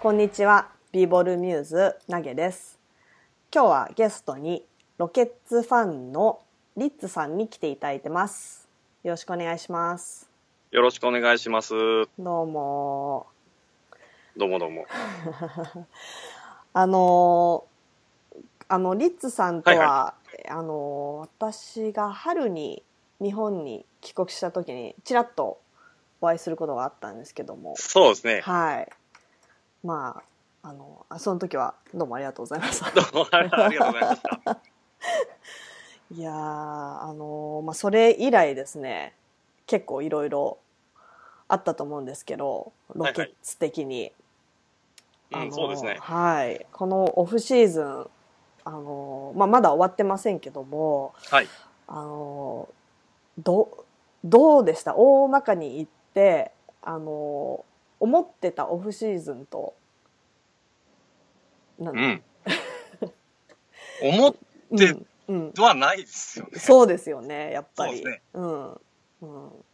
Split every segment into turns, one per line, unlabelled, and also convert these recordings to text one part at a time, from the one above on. こんにちは。ビーボルミューズなげです。今日はゲストにロケッツファンのリッツさんに来ていただいてます。よろしくお願いします。
よろしくお願いします。
どうも。
どうもどうも。
あのーあのリッツさんとは、
はい
あのー私が春に日本に帰国した時にちらっとお会いすることがあったんですけども、
そうですね。
はい。まああのあその時はどうもありがとうございました。
どうもありありがとうございま した。
いやーあのーまあそれ以来ですね結構いろいろあったと思うんですけどロケッツ的に、
う
あの
ん、
ー
そうですね。
はいこのオフシーズンあのーまあまだ終わってませんけども
はい。
あのーどどうでした大まかに行ってあのー思ってたオフシーズンとな
う、ん。 思っで
うんうん、
てはないですよね。
そうですよね、やっぱり。
そうですね
うん。うん。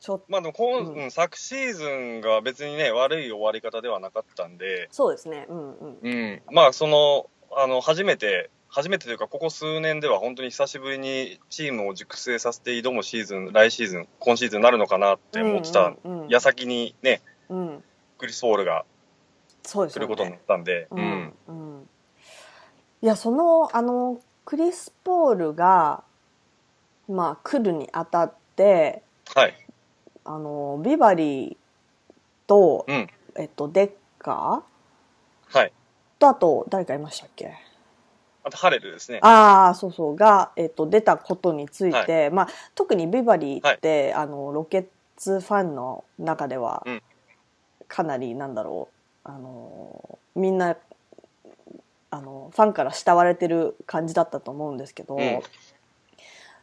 ちょっと、
まあでも今、
うん
うん昨シーズンが別にね、悪い終わり方ではなかったんで、
そうですね。うんうん。
うん。まあその、あの、初めて、初めてというか、ここ数年では本当に久しぶりにチームを熟成させて挑むシーズン、来シーズン、今シーズンになるのかなって思ってた、
うんうんうん
矢先にね、
うん。
クリス・ホールが
そうですよ
来
ね。
ることになったんで、うん。
うん。うん。いや、その、あの、クリス・ポールが、まあ、来るにあたって、
はい。
あの、ビバリーと、
うん
えっと、デッカ
はい。
ーと、あと、誰かいましたっけ
あと、ハレルですね。
ああ、そうそう、が、えっと、出たことについて、まあ、特にビバリーって、あの、ロケッツファンの中では、
うん
かなり、なんだろう、あの、みんな、あの、ファンから慕われてる感じだったと思うんですけど、
うん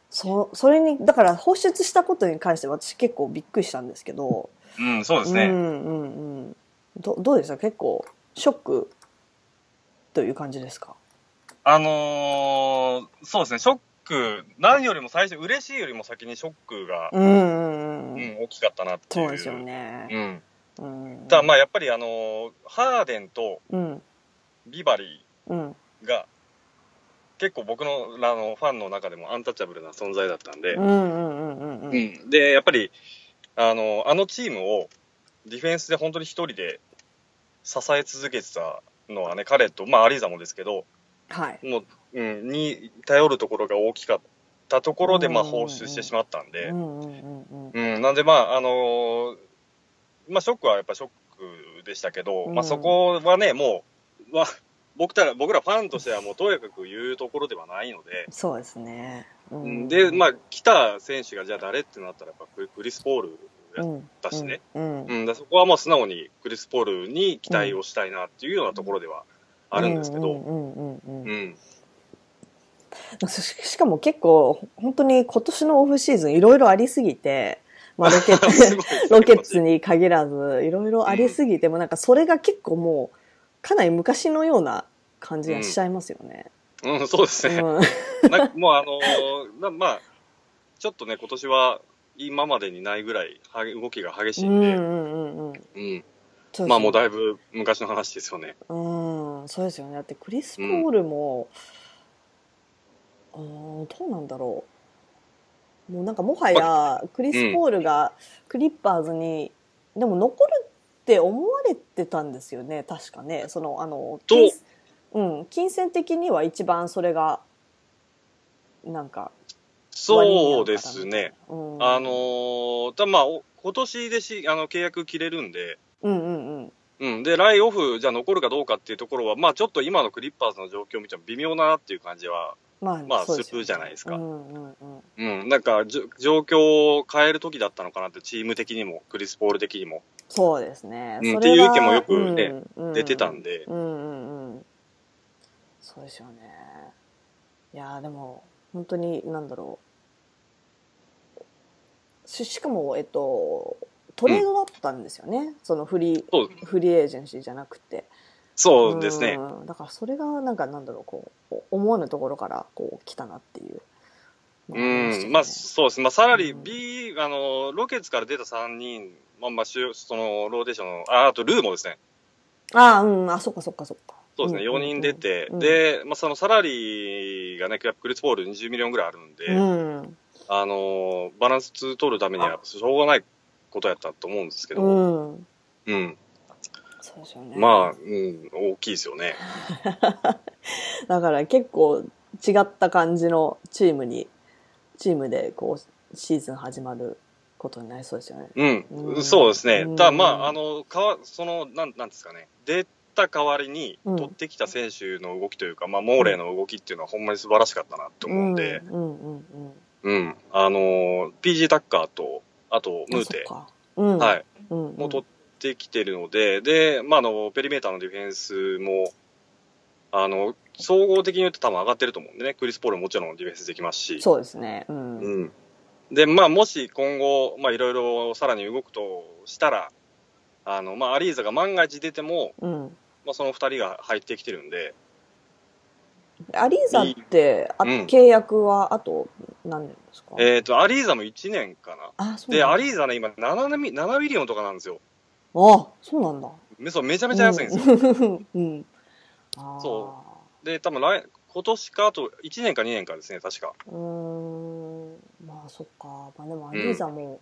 そそれに、だから放出したことに関して私結構びっくりしたんですけど、
うん、そうです
う
ね。
んうんうん。どどうでした結構、ショックという感じですか
あのーそうですね、ショック、何よりも最初、嬉しいよりも先にショックが、
うんうん
う
うんん。
大きかったなってい。
そううですよね。
うん。
うん
ただ、まあ、やっぱり、あのーハーデンと
うん
ビバリ
うん
ーが、結構僕のあのファンの中でもアンタッチャブルな存在だったんで、
うんうんうんうんうん
うんで、やっぱり、あのーあのチームをディフェンスで本当に一人で支え続けてたのはね、彼と、まあ、アリーザもですけど、
はい
もう、うん、に頼るところが大きかったところで、まあ、
うんうんうん
放出してしまったんで、
う
うん
んうんうんうん
なんで、まあ、あのーまあ、ショックはやっぱショックでしたけど、
うん
まあ、そこはね、もう、わ僕たら僕らファンとしては、もうとやかく言うところではないので、
そうですね
うんで、まあ、来た選手がじゃあ誰ってなったら、やっぱクリス・ポール
あ
やったしね、
うん
うんだからそこはもう素直にクリス・ポールに期待をしたいなっていうようなところではあるんですけど、
うんうんうんうんうん
うん
ししかも結構本当に今年のオフシーズンいろいろありすぎてまあロケ ッ
す
ツ
ごいですね
ロケッツに限らずいろいろありすぎてもなんかそれが結構もうかなり昔のような感じがしちゃいますよね。
うん、 そうです
う
ね。
ん
なんかもうあのーなまあ、ちょっとね、今年は今までにないぐらいは動きが激しい
うんんう
で、
んうんうん
うん
そうですね
まあもうだいぶ昔の話ですよね。
うん、そうですよね。だってクリス・ポールも、うーん、どうなんだろう。もうなんかもはや、クリス・ポールがクリッパーズに、でも残るって思われてたんですよね、確かね。その、あの、
と
金うん、金銭的には一番それが、なんか、
そうですね。。
うん、
あの、ーたまあ、お今年でしあの契約切れるんで、
うんうんうん。
うん、で、ライオフ、じゃあ残るかどうかっていうところは、まあちょっと今のクリッパーズの状況を見ても微妙だなっていう感じは、
まあ、
まあ
そうです
するじゃないですか
うんうんうん。
うん、なんかじょ状況を変える時だったのかなって、チーム的にも、クリス・ポール的にも
そうですね。
うん
それは
っていう意見もよくね
うんうん
出てたんで、
うんうんうんそうですよねいやーでも本当に何だろうししかもえっとトレードだったんですよね、そのフリー
そう
フリーエージェンシーじゃなくて
そうですね。
んだからそれがなんかなんだろうこうお思わぬところからこう来たなっていうのがり
うん、ま
ま
あ
し
そうですね、まあ、さらに
うん
B、あのロケッツから出た3人、まあまあ、主要そのローテーションの、ああとルーもですね、
ああ、うん、あ、そっかそっかそっか。
そうですね、4人出て、
うん
で、まあ、そのサラリーがね、やっぱクリス・ポール20ミリオンぐらいあるんで、
うん。
あのーバランス取るためには、しょうがないことやったと思うんですけ
う
ど、うん。
ん。そうですよね。
まあ、うん、大きいですよね。
だから結構違った感じのチームに、チームでこう、シーズン始まることになりそうですよね。
うん、
うん
そうですね。
うん
ただ、まあ、あの、かわ、その、なん、なんですかね。出た代わりに、
うん
取ってきた選手の動きというか、まあ、モーレーの動きっていうのは、ほんまに素晴らしかったなと思うんで、
うんうんうん。
うん、あのー、PG タッカーと、あと、ムー
あ
テ、
そっかうん。
はい、
うんうん。
もう取ってきてるので、で、まあ、あの、ペリメーターのディフェンスも、あの、総合的に言うと多分上がってると思うんでね、クリス・ポールももちろんディフェンスできますし、
そうですね。うん。うん
うん、で、まあ、もし今後、まあ、いろいろさらに動くとしたら、あのまあ、アリーザが万が一出ても、まあ、その2人が入ってきてるんで、
アリーザって、あ
うん
契約はあと何年ですか
えー、とアリーザも1年かな。
あ、そう
で、
なんだ
アリーザね、今7ミ、7ミリオンとかなんですよ。
あ、そうなんだ。
めそうめちゃめちゃ安いんですよ。
よ。うん。あー
そで、多分来今年かあと1年か2年かですね、確か。
うーんまあそっか、まあ、でもアリーザも、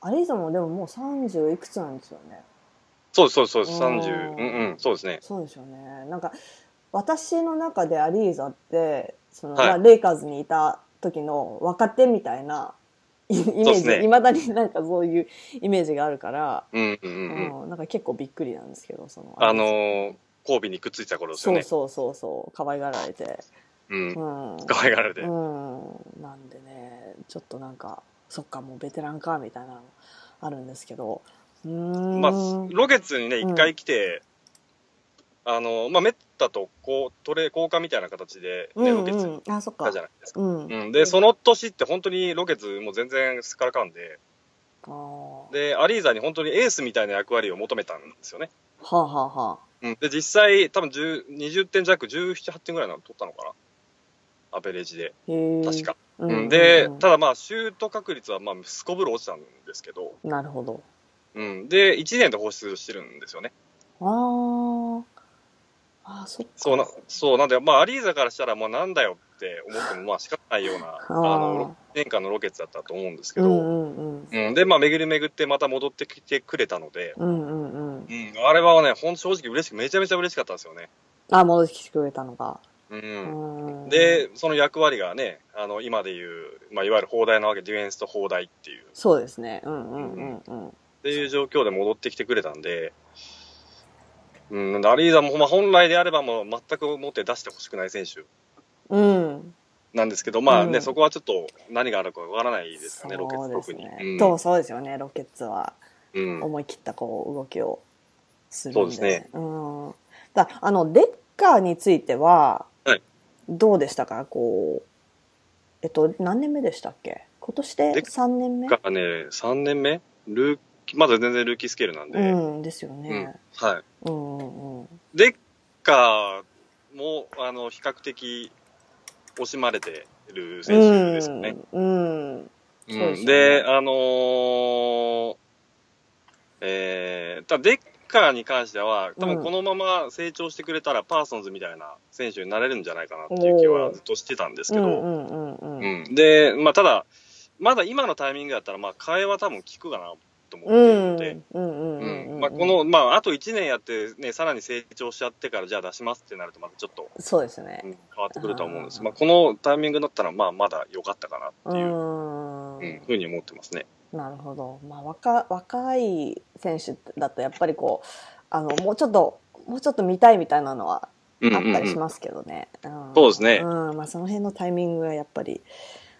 アリーザもでももう30いくつなんですよね
そうです、そうです、そう
あ
です、
ー
30、うんうん、そうですね。
そうですよねなんか私の中でアリーザってその、
はい
まあ、レイカーズにいた時の若手みたいないイメ
そ
ー
うです
ジ
ね
いま、未だになんかそういうイメージがあるから、
うんうんうんうん。
うんなんか結構びっくりなんですけどその
あのー、コービにくっついた頃です
そ
よ
う
ね。
そうそうそう可愛がられて
うん
う。ん
可愛がられて。
うん、なんでねちょっとなんかそっかもうベテランかみたいなのあるんですけどうーん、
まあ、ロケッツにね、
うん
一回来て、あの、まあ、メッタとこうトレ、交換みたいな形で、
うんう
ね、
ん
ロケッツに行っ
あそっか
たじゃないですか。
うん、あ
うん、で、その年って本当にロケッツもう全然すっからかんで、
ーは
で、アリーザに本当にエースみたいな役割を求めたんですよね。
あはあは
うん、で、実際、多分10 20点弱、17、8点ぐらいなの取ったのかな。アベレージで、
あへえ
確か。
う
うんで、
うん
ただまあ、シュート確率はまあ、すこぶる落ちたんですけど、
なるほど
うん、で、1年で放出してるんですよね。
あーあーそっか
そうな、そうなんで、まあ、アリーザからしたら、もうなんだよって思っても、まあ、仕方ない ような、あの、6年間のロケッツだったと思うんですけ
うんう
ど、
んうん
うん、で、まあ、巡り巡ってまた戻ってきてくれたので、
うんうんうん
うん、あれはね、ほん正直嬉しく、めちゃめちゃ嬉しかったんですよね。
あ戻ってきてくれたのが
うん。
うん
で、その役割がね、あの、今でいう、まあ、いわゆる放題なわけ、ディフェンスと放題っていう、っ
そうですねうんうんうんうん
ていう状況で戻ってきてくれたんで、うん、アリーザも、まあ、本来であればもう全くもって出してほしくない選手
うん
なんですけど、まあ
う
ね、
ん
そこはちょっと何があるかわからないです
そ
よね、ロケ
う
ッツ
で
特
す
に。
ね
う
そ
ん
うそうですよねロケッツは
うん
思い切ったこう動きをするん
そうですね
うん、だあのデッカーについては、
はい
どうでしたかこうえっと何年目でしたっけ今年で
デッ
3年目
がね、3年目ルーキーまだ全然ルーキースケールなんで、
うんですよね、
は
うんうんうん、
い。デッカーも、あの、比較的惜しまれてる選手ですよね。
うんうん
う
うんそうですね
んで、あのーえー、ただデッカーに関しては、多
うん
分このまま成長してくれたら、パーソンズみたいな選手になれるんじゃないかなっていう気はずっとしてたんですけ
う
ど、
んうんうんうん
うん、で、まあ、ただ、まだ今のタイミングだったら、まあ、替えは多分効くかなと思っ
う
ているの
ん
で、
うん
う
うん
ん
うん
まあ、この、まあ、あと1年やって、ね、さらに成長しちゃってから、じゃあ出しますってなると、またちょっと、
そうですね
うん変わってくるとは思うんです。
あー
まあ、このタイミングだったら、まあ、まだ良かったかな
う
っていう、
ん
うんふうに思ってますね。
なるほど、まあ、若若い選手だとやっぱりこうあのもうちょっともうちょっと見たいみたいなのは
うん
あ
う
っ
んう
たりし
ん、
ますけどね。うん
そうですね
うんまあ、その辺のタイミングがやっぱり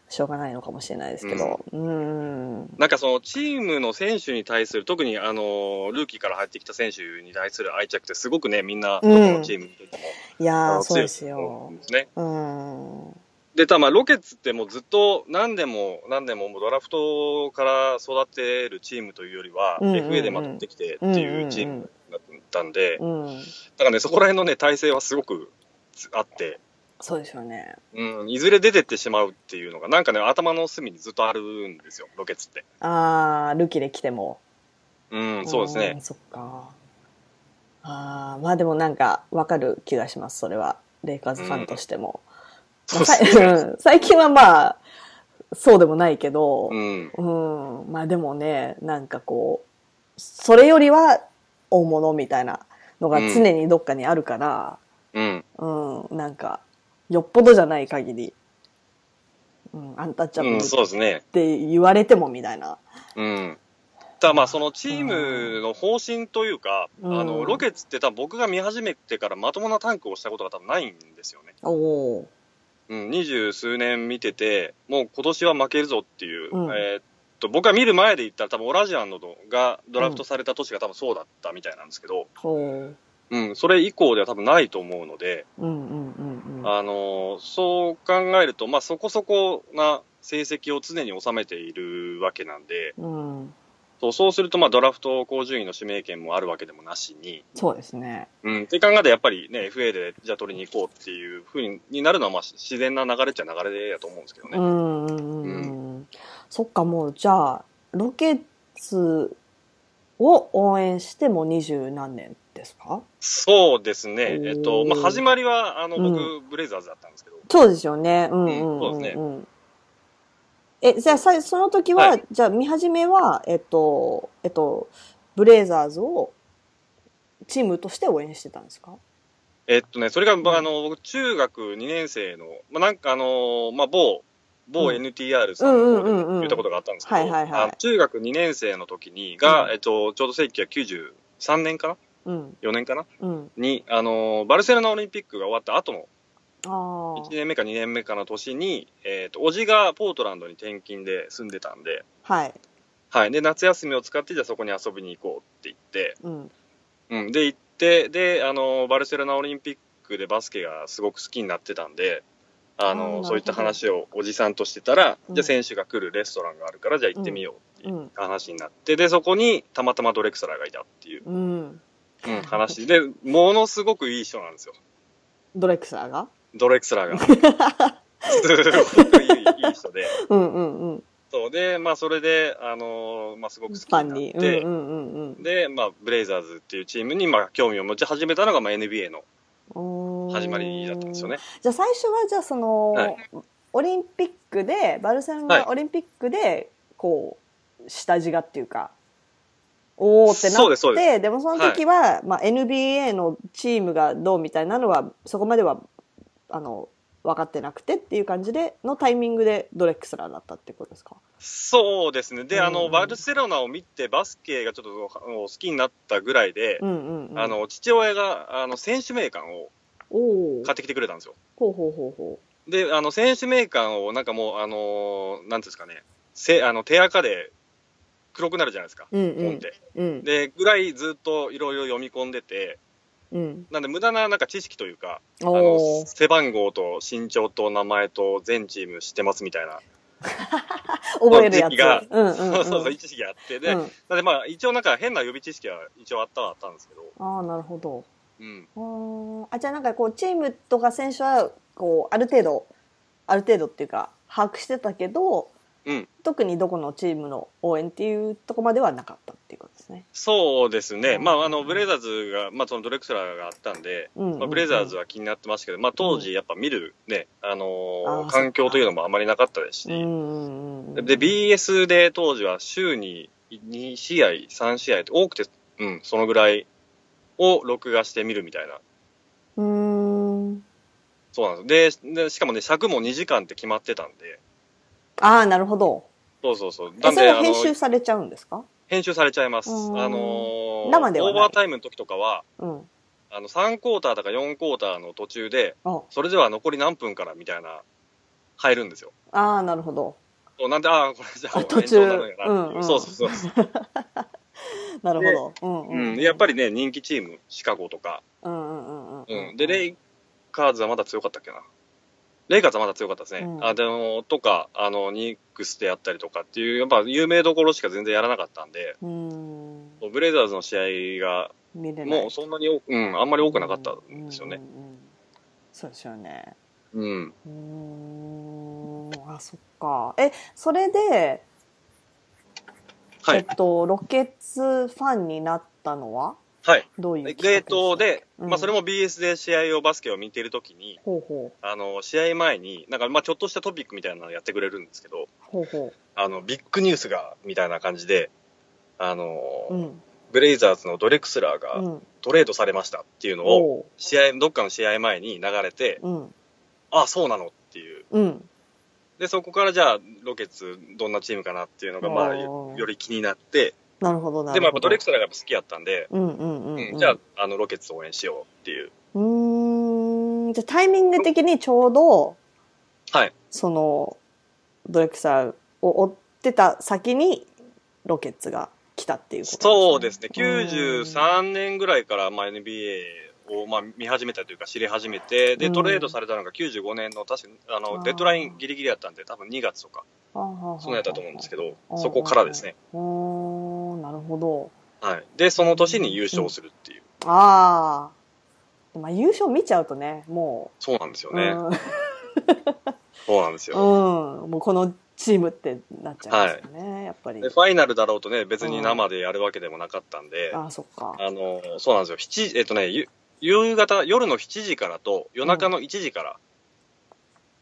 しょうがないのかもしれないですけど。うん。
なんかそのチームの選手に対する、特にあのルーキーから入ってきた選手に対する愛着って、すごくね、みんな、どこのチームにとっても、
いや
あ
ー
の
そう
強い
です
と思う
よ
ん。ですね。
うん。うん
で、ただまあロケッツってもうずっと何年も何年ももうドラフトから育てるチームというよりは、
うんうんうん
FA でまとってきてっていうチームだったんで、
うん。
だからね、そこら辺のね、体制はすごくあって、
そうですよね。
うん、いずれ出てってしまうっていうのが、なんかね、頭の隅にずっとあるんですよ、ロケッツって。
ああ、ルキで来ても。
うん、そうです
ん
ね。
そっか。ああ、まあでもなんかわかる気がします、それは。レイカーズファンとしても。
そう
ま
で
あさい
すね。
うん最近はまあ、そうでもないけど、
うん。
うん、まあでもね、なんかこう、それよりは大物みたいなのが常にどっかにあるから、
うん。
うん、なんか、よっぽどじゃない限り、うん、アンタッチャ
う
ブ
ん、
ルっ
そうですね。
て言われてもみたいな。
うん。ただまあそのチームの方針というか、
うん
あのロケツって多分僕が見始めてからまともなタンクをしたことが多分ないんですよね。
おお
うん、二十数年見てて、もう今年は負けるぞっていう、
うん
えーっと、僕が見る前で言ったら多分オラジアンのがドラフトされた年が多分そうだったみたいなんですけど、
ー。おー
うん、それ以降では多分ないと思うので、
うんうんうんうん。
あのーそう考えると、まあ、そこそこな成績を常に収めているわけなんで、
うん、
そうそうすると、まあ、ドラフト高順位の指名権もあるわけでもなしに、
そうですね。
うん、って考えたらやっぱりね、FA でじゃあ取りに行こうっていうふうにになるのは、まあ、自然な流れっちゃ流れだと思うんですけど
う
ね。
んうんうんうん。そっか、もうじゃあ、ロケッツを応援してもう二十何年ですか
そうですね。
おー
えっと、まあ、始まりは、あの、僕、
う
ブレイザーズだったんですけど、
そうですよね。うんうんうん、うん
うんそうです
え、じゃあさ、その時は、
はい
じゃあ見始めは、えっと、えっと、ブレイザーズをチームとして応援してたんですか
えっとね、それが、まあ、あの、僕、中学2年生の、まあ、なんか、あのーまあ、某、某
うん
NTR さんの方
うんうんうんうん
で言ったことがあったんですけど、
はいはいはい
あの中学2年生の時にが、
うん
えっと、ちょうど1993年かな
うん、
?4 年かな
うん。
に、あのーバルセロナオリンピックが終わった後の、
あ
1年目か2年目かの年に、えっと、おじがポートランドに転勤で住んでたんで、
あ。はい。
はい。で、夏休みを使って、じゃあそこに遊びに行こうって言って、
うん。
うん、で行ってであのバルセロナオリンピックでバスケがすごく好きになってたんであ
あーなる
の
ほど
そういった話をおじさんとしてたら、
うん。
じゃあ選手が来るレストランがあるからじゃあ行ってみようっていううん話になってでそこにたまたまドレクサラーがいたっていう、
うん。
うん、話でものすごくいい人なんですよ
ドレクサーが
ドレクサラーがすごくいいいい人で
うんうんうん。
そうでまあそれであの、まあ、すごく好
フ
き
ァ
に
ン
なっ
に。
て、
うんうんうんうん。
で、まあ、ブレイザーズっていうチームに、まあ、興味を持ち始めたのが、まあ、NBA の
おー
始まりだったんですよね。
じゃあ最初はじゃあその、
はい
オリンピックでバルセロ
はい
ナオリンピックでこう下地がっていうかおおってな
そ
っ
うですそう
てでもその時は、まあ、NBA のチームがどうみたいなのはそこまではあの分かってなくてっていう感じでのタイミングでドレックスラーだったってことですか
そうですね、で、あ
うんう
の
ん
バルセロナを見て、バスケがちょっとあの好きになったぐらいで、
うんうん、うん、
あの父親があの選手名鑑を
おお
買ってきてくれたんですよ。
ほうほうほうほ
で、あの選手名鑑を、なんかもう、あのなんていうんですかね、せあの手垢で黒くなるじゃないですか、
ううんう
本っ
ん
て。
うん
で、ぐらいずっといろいろ読み込んでて、
うん
なんで、無駄ななんか知識というか、あ
お
の
お
背番号と身長と名前と全チーム知ってますみたいな、
覚えるや
時期が
つうんうん
そうそうそう、
う
知識があって、で、
んうん
なんでまあ一応なんか変な予備知識は一応あったはあったんですけど、
ああなるほど
うん、
あーあじゃあなんかこうチームとか選手はこうある程度ある程度っていうか把握してたけど、
うん
特にどこのチームの応援っていうとこまではなかったっていうことですね。
そうですね、まあ、あ
う
の
ん
ブレイザーズが、まあ、そのドレクスラーがあったんで、
うんうんうん
まあ、ブレイザーズは気になってましたけど、まあ、当時、やっぱ見る、ねあのー
あー
環境というのもあまりなかったですし、
うんうんうん
で BS で当時は週に2試合、3試合、多くて、うん、そのぐらいを録画して見るみたいな、
うーん
そうなんですでで、しかもね、尺も2時間って決まってたんで、
ああなるほど。
そうそうそう、
え
なん
そ
で、
れ
あ
は編集
の
されちゃうんですか？
編集されちゃいます。あ
うん
のー
生ではな
オ
い
ーバータイムの時とかは、
うん。
あの3クォーターとか4クォーターの途中で、
あ
それでは残り何分からみたいな、入るんですよ。
あーなるほど。
そうなんで、ああ、これじゃあ、
あ途中
延長なのやなっていう
うんうん
そうそうそう。
なるほど。うん
う、
うんん。
やっぱりね、人気チーム、シカゴとか。
うんうんうんうん。
うん、で、レイカーズはまだ強かったっけな。レイカーズはまだ強かったですね。
うん
あでも、とか、あの、ニックスであったりとかっていう、やっぱ有名どころしか全然やらなかったんで、
うーん
ブレイザーズの試合が、
見れない。
もうそんなに多く、うん、あんまり多くなかったんですよ
う
ね。
んうんうんうん。そうですよね。
うん。
うーんあそっかえそれで、
は
えっ
い。
と、ロケッツファンになったのは
はい。
どういうきっかけ
冷凍で、
うん
まあそれも BS で試合をバスケを見てるときに、
ほうほう
あの、試合前に、なんかまあちょっとしたトピックみたいなのやってくれるんですけど、
ほうほ
あの、ビッグニュースが、みたいな感じで、あの、
ううん
ブレイザーズのドレクスラー
う
が
ん
トレードされましたっていうのを、
おう
試合、どっかの試合前に流れて、
うん
ああ、そうなのっていう。
うん
で、そこからじゃあ、ロケッツ、どんなチームかなっていうのが、まあ、よ
おう
り気になって、
なるほどなるほど
でもやっぱドレクスラーがやっぱ好きやったんで、
うんうんうん、
う
うんん、
じゃあ、あの、ロケッツ応援しようっていう。
うーんじゃあタイミング的にちょうど
はい。
そのドレクサーを追ってた先にロケッツが来たっていうこと
そうですね。93年ぐらいから、まあ、NBA を、まあ、見始めたというか、知り始めて、で、
うん
トレードされたのが95年の、確か、あ
あ
の、
ー
デッドラインギリギリやったんで、多分2月とか、その
そう
やったと思うんですけど
う、ん
そこからですね。
どおーなるほど
はい。で、その年に優勝するっていう。
ああまあ優勝見ちゃうとねも
そうなんですよ
う、
ね。そうなんです
うん、
よ。
うんもうこのチームってなっちゃいますよね、やっぱり
で、ファイナルだろうとね、別に生でやるわけでもなかったんで、
ああそっか
あの、そうなんですよ。七時えっとね、ゆ夕方、夜の7時からと夜中の1時から、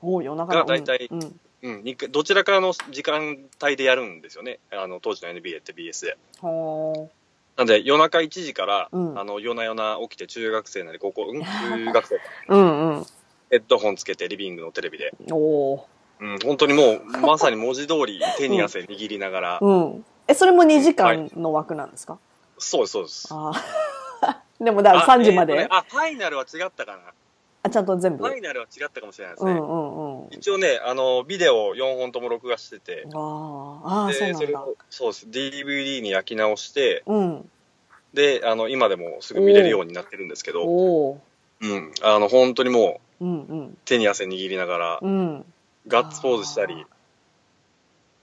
おお夜中の
が大体
うんうん
うん、にどちらかの時間帯でやるんですよね。あの、当時の NBA って BS で。
ほ
なんで、夜中1時から、
うん
あの、夜な夜な起きて中学生なり、高校、うん、中 学生、
ーうんうん
ヘッドホンつけてリビングのテレビで、
おお
うん、本当にもう、まさに文字通り手に汗握りながら、
うん。え、それも2時間の枠なんですか、
そうです、そうです。
ああ。 でもだから3時ま
あえー
で、
とねあ、ファイナルは違ったか
あちゃんと全
な。
部。
ファイナルは違ったかもしれないです
う
ね。
んうんうん。
一応ね、あの、ビデオ4本とも録画してて、
ああ、ああ、
で
そうなん
れ
だ。
をそうです。DVD に焼き直して、
うん。
で、あの、今でもすぐ見れるようになってるんですけど、
おお。
うん。あの、本当にもう、
うんうん。
手に汗握りながら、
うん。
ガッツポーズしたり、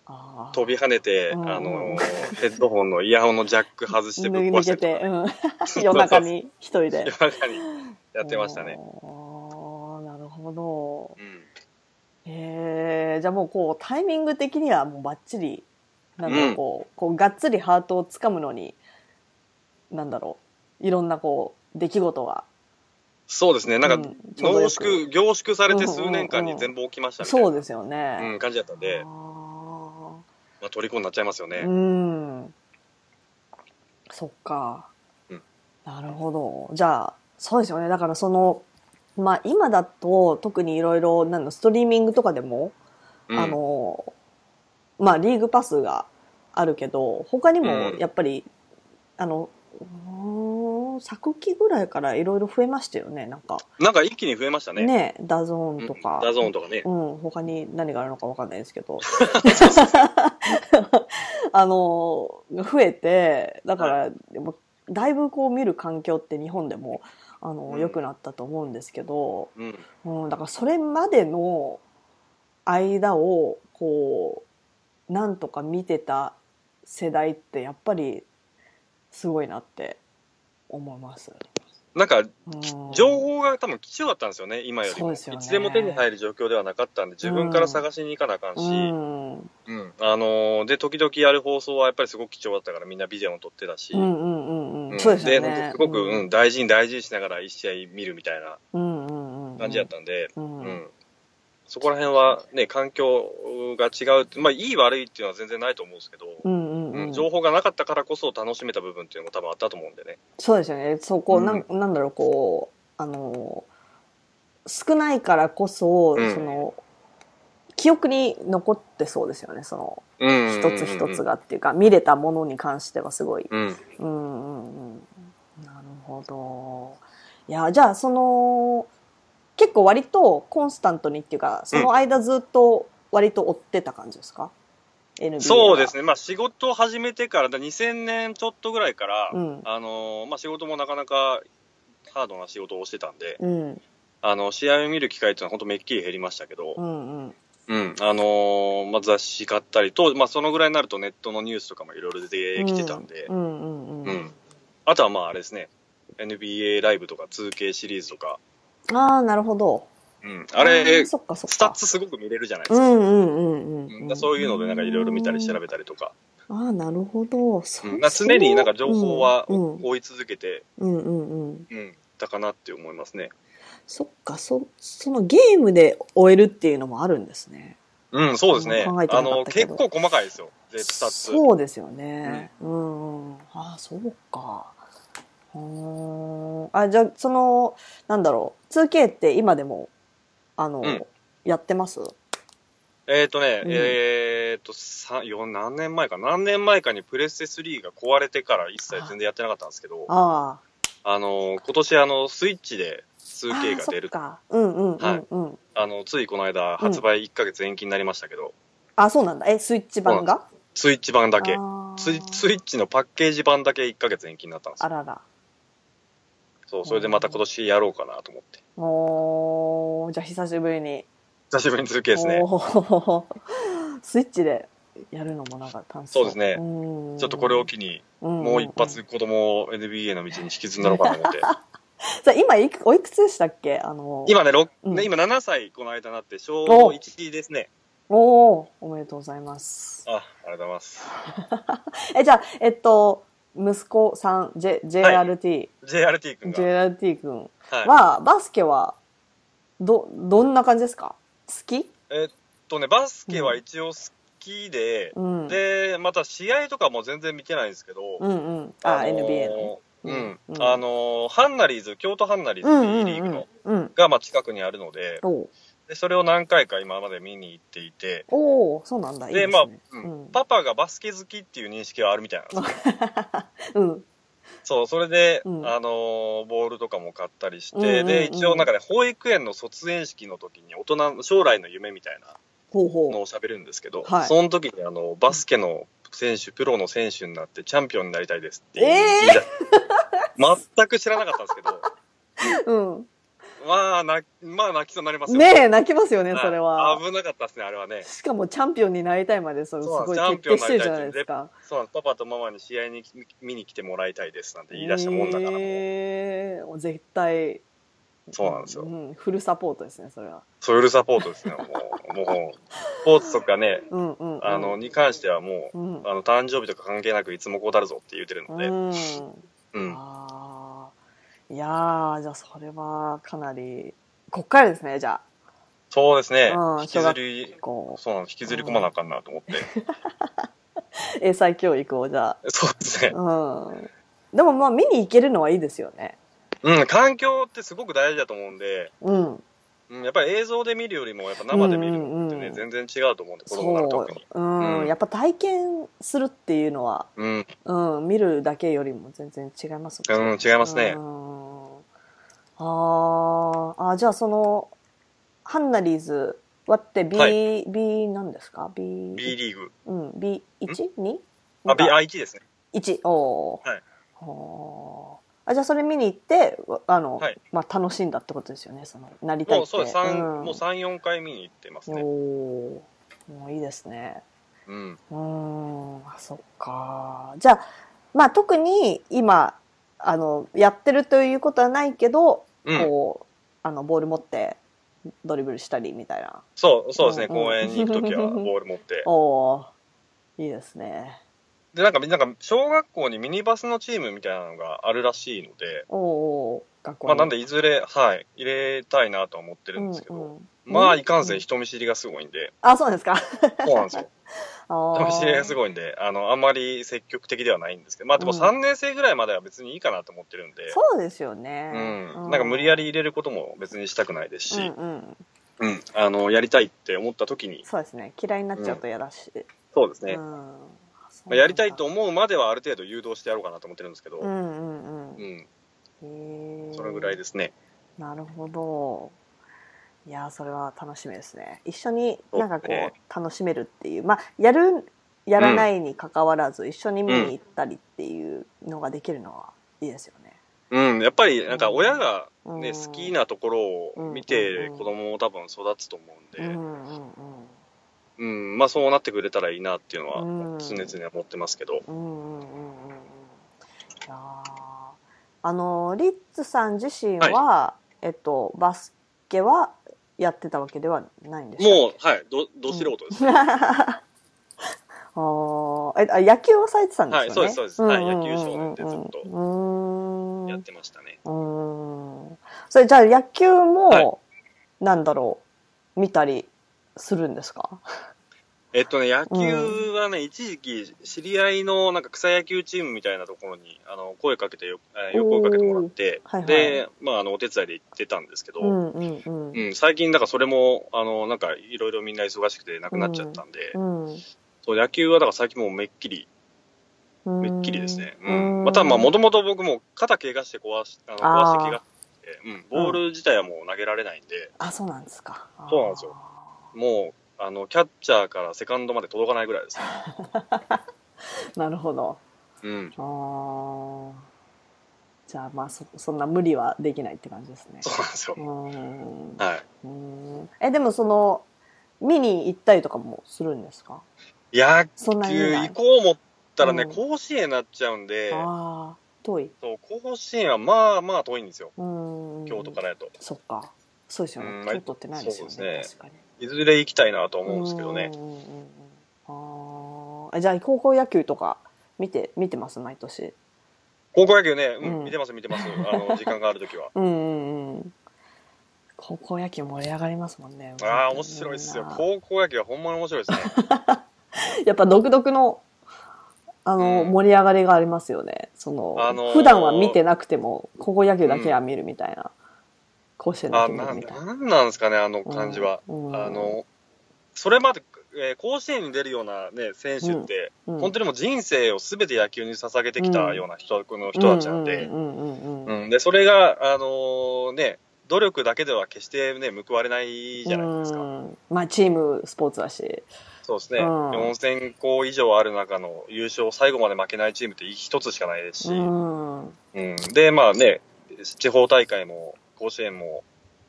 ああ。
飛び跳ねて、
うん
あの、ヘッドホンのイヤホンのジャック外してぶっ壊
抜
し
け
た
て、
り
うん。 夜中に一人で
と。か、夜中に やってましたね。
おー。なるほど。
うん。
へえ、じゃあもうこう、タイミング的にはもうバッチリ、なんかこう、こう、がっつりハートをつかむのに、なんだろう、いろんなこう、出来事が
そうですね。なんか、
うんちょうどよ
濃
く
縮、凝縮されて数年間
うんうんうん
に全部起きましたみたいな
そうですよね。
うん、感じだったんで、
あ
まあ、虜になっちゃいますよ
ー
ね
う。ん。そっか。
うん
なるほど。じゃあ、そうですよね。だからその、まあ今だと特にいろいろ、なんだストリーミングとかでも、
うん
あの、まあリーグパスがあるけど、他にも
うん
やっぱり、あの、うーん昨季ぐらいからいろいろ増えましたよね、なんか。
なんか一気に増えましたね。
ね、ダゾーンとか。
ダゾーンとかね。
うん、他に何があるのかわかんないですけ ど。あの、増えて、だから、でもだいぶこう見る環境って日本でも、あの、
うん
良くなったと思うんですけど、
うん。
うん、だからそれまでの間を、こう、なんとか見てた世代って、やっぱり、すごいなって思います。
なんか、
うん
情報が多分貴重だったんですよね、今より
そう
も。
ですよね
いつでも手に入る状況ではなかったんで、自分から探しに行かなあかん
う
し、
ん、うん
うんあのーで、時々やる放送はやっぱりすごく貴重だったから、みんなビデオも撮ってたし、
うんうんう。
うんん
そうですよね。
本当すごく、うん、大事に大事にしながら一試合見るみたいな
うんうんうん
感じだったんで、
う
うんん。
うん
そこら辺はね、環境が違うって、まあ、いい悪いっていうのは全然ないと思うんですけど、
うん
う
うんん、
情報がなかったからこそ楽しめた部分っていうのも多分あったと思うんでね。
そうですよねそこ、
うん
なんなんだろうこうあの少ないからこそ、
うん
その記憶に残ってそうですよねその
うん
一つ一つ。がっていうか、見れたものに関してはすごい。
うん。
うんうんうん、なるほどいやじゃあその結構割とコンスタントにっていうかその間ずっと割と追ってた感じですか、NBA
そうです
ね、
ね、まあ、仕事を始めてから、だ2000年ちょっとぐらいから、
うん
あのーまあ、仕事もなかなかハードな仕事をしてたんで、
うん、
あの試合を見る機会っていうのは本当めっきり減りましたけど、
うんうん
うんあのーまあ、雑誌買ったりと、まあ、そのぐらいになるとネットのニュースとかもいろいろ出てきてたんで、
う
うん
んうんうん
あとはまああれですね、NBA ライブとか 2K シリーズとか、
ああなるほど
うん、あれ、
ーそっかそっか
スタッツすごく見れるじゃないで
う
すか。
んうんうんうん、
うんそういうのでなんかいろいろ見たり調
て
べたりとか、
ああ、なるほど。そ
うん、だから常になんか情報は
うんうん
追い続けて、
うんうんうん。
うん、たかなって思いますね。
そっか、そ、そのゲームで終えるっていうのもあるんですね。
うん、そうですね。
考えて
あ
なか
の、
ったけ
結
ど
構細かいですよ。絶対つ。
そうですよね。うん、うん。ああ、そうか。うーん。あ、じゃあ、その、なんだろう。2K って今でも、あの、
うん
やってます
えっ、ー、とね、
うん
えっ、と、さよ何年前か、何年前かにプレステ3が壊れてから一切全然やってなかったんですけど、あ
ああ。
の、今年あの、スイッチで
あ
2K
あ
が出る
そっ。か。うんうんうんうん。
あの、ついこの間、発売1ヶ月延期になりましたけど、
あ、そうなんだ。え、スイッチ版が
スイッチ版だけ。
あー
スイスイッチのパッケージ版だけ1ヶ月延期になったんです
あ
よ。
らら。
そう、それでまた今年やろうかなと思って。
おー、じゃあ久しぶりに。
久しぶりに 2K ですね。
おー スイッチでやるのもなんか楽し
そうですねちょっとこれを機に、も
も
う一発子供を NBA の道に引きずんだのかなと思って。
さあ今いくおいくつでしたっけあの
今ね、ろ
うん
ね今7歳この間なって、小
お
1ですね。
おおおめでとうございます
あ、ありがとうございます。
えじゃあえっと息子さん、J、JRT、
JRT 君が。
JRT 君
はい。
はバスケはどどんな感じですか好き
とね、バスケは一応好きで、
うん
で、また試合とかも全然見てないんですけど、
うんうんあ、
のー
NBA の
うん。
うん
あのーハンナリーズ、京都ハンナリーズ
うんう
B
ん
リーグの、
うんうん
が、まあ、近くにあるので
おう
で、それを何回か今まで見に行っていて、
おーそうなんだいい
で、
す
まあ
ね、
うん
うん
パパがバスケ好きっていう認識はあるみたいなんですよ
うん
そう、それで、
うん
あのーボールとかも買ったりして、
うんうんうん
で、一応なんかね、保育園の卒園式の時に大人の将来の夢みたいな
ほうほう
のを喋るんですけど、
はい
その時にあの、バスケの選手、プロの選手になってチャンピオンになりたいですって言い
えー
言い出し全く知らなかったんですけど、
うん。
まあ、な、まあ泣きそうになりますよ。
ねえ、泣きますよね、それ
あ
は。
危なかったですね、あれはね。
しかもチャンピオンになりたいまで、それす
そうな
ご
ん
い
で
決
す
定してるじゃないですか。
そうなんです。パパとママに試合に見に来てもらいたいですなんて言い出したもんだから、もう
ええもう絶対。
そうなんですよ。
ん。フルサポートですね、それは。
ソイルサポートですね、もう。もう、スポーツとかね、
うんうん、うん。
あの、に関してはも
う
う、
ん。
あの、誕生日とか関係なくいつもこうだるぞって言ってるの
う
で、
ん。
うん。
ああ。いやー、じゃあそれはかなり、こっからですね、じゃ
そうですね
う、ん
引きずり
あ。、こ
そうなの、引きずり込まなあかんなと思って。
う、英才教育をじゃ
そうですね。
あ。うん。でもまあ見に行けるのはいいですよね。
うん、環境ってすごく大事だと思うんで、
うん。
うん、やっぱり映像で見るよりも、やっぱ生で見るのって
うんうんう
ね、
ん
全然違うと思うんで、子供なんか
そ
特に。
う。うん。
うん
やっぱ体験するっていうのは、
うん、
うん、見るだけよりも全然違いますも
うん、違いますね
う。んあーあ、じゃあその、ハンナリーズはって B、
は
B なんですか ?B、
B リーグ。
うん、B1?2?
あ、B、あ、1ですね。
1、おー
はい
おーあじゃあそれ見に行って、わあの、
はい
まあ楽しんだってことですよね、その、なりたいって
もうそうです。三
ん
もう3、4回見に行ってますね。
おーもういいですね。
うん。
うーん、あそっか。じゃあ、まあ特に今、あの、やってるということはないけど、
うん。
こう、あの、ボール持ってドリブルしたりみたいな。
そう、そうですね。
うんうん
公園に行くときはボール持って。
おーいいですね。
で、なんか、なんか小学校にミニバスのチームみたいなのがあるらしいので、
おーおー学校
まあ、なんで、いずれ、はい、入れたいなとは思ってるんですけど、
うんうん
まあ、いかん
う
せん人見知りがすごいんで、
あ、そうなんです か。
そうなんですよ。
あ
人見知りがす
い。
ごいんで、あの、あんまり積極的ではないんですけど、まあ、でも
うん
3年生ぐらいまでは別にいいかなと思ってるんで、
そうですよね。
うん、なんか無理や
り
り入れることも別にしたくないです
うん
し、
うん。
うん、あの、やりたいって思った時に、
そうですね。嫌いになっちゃうとやらしい。
そうです
う
ね、
ん
まあやりたいと。思うまではある程度誘導してやろうかなと思ってるんですけど、
そう
う、
なんんだうんうんうん。へー
それぐらいですね。
なるほど。いやーそれは楽しみですね。一緒に
そう
な
ですね
んかこう楽しめるっていう、まあやるやらないに関わらず一緒に見に行ったりっていうのができるのはいいですよね。
うん、やっぱりなんか親が
うん
ね、好きなところを見て
うん
子供も多分育つと思う
うん
で、
ん
うん、まあそうなってくれたらいいなっていうのは
うん
常々思ってますけど、
うんうんうんうんうんうんうん。いやーあのリッツさん自身は、えっとバスケはやってたわけではないんです
もう、はい、ど、ど素人ですね。
あーえあ野球をされてたんですよね。
はいそうですそうですはい野球少年でずっと
うーん
やってましたね。
うーんそれじゃあ野球も、
はい
なんだろう見たりするんですか
えっとね、野球はね、一時期、知り合いのなんか草野球チームみたいなところに、あの、声かけてよ、えーよく声かけてもらって、
おーはいはい
で、まあ、あの、お手伝いで行ってたんですけど、
う
うん
んうんうん
最近、だからそれも、あの、なんか、いろいろみんな忙しくてなくなっちゃったんで、
うん
そう野球はだから最近もうめっきり、
うん
めっきりですね。う。
うん
また、まあ、もともと僕も肩怪我して壊し、あの壊して怪我して、うん、ボール自体はもう投げられないんで、
あそうなんですか
そうなんですよもう、あの、キャッチャーからセカンドまで届かないぐらいですね。
なるほど
うん。
あーじゃあまあそそんな無理はできないって感じですね
そうなんですよ
う。ん
はい。
うんえでもその見に行ったりとかもするんですか
野
そんなに見
球
ない
行こう思ったらね、
うん
甲子園になっちゃうんで、
ああ遠い
そう甲子園はまあまあ遠いんですよ。
うん
京都からやと。
そっか。そうですよ
う
ね
ん。
京都ってないですよ
そうで
ね。
す
確かに。
いずれ行きたいなと思うんですけどね。
うんうんうんうん。ああ。じゃあ、高校野球とか見て、見てます、毎年。
高校野球ね、う
うん。
ん、見てます見てます。あの、時間があるとき は
うんうんうん。高校野球盛り上がりますもんね。
ああ、面白いっすよ
みん。な
高校野球はほんまに面白いですね。
やっぱ独特の、あの、
うん
盛り上がりがありますよね。その、
あのー
普段は見てなくても、高校野球だけは見るみたいな。甲子園だ
あ
け見
な
る
ん、
みたいな。
なんなんですかね、あの感じは。
うん。うん
あ、の、それまで、えー甲子園に出るようなね、選手って、
うん
本当にもう人生を全て野球に捧げてきたような人,、の人たちなんで、
うんうんうんうん
うん、でそれが、あのーね、努力だけでは決して、ね、報われないじゃないですか、
うんまあチームスポーツだし、
そうですね、
うん
4000校以上ある中の優勝、最後まで負けないチームって一つしかないです
う
し、うん
ん、
で、まあね、地方大会も甲子園も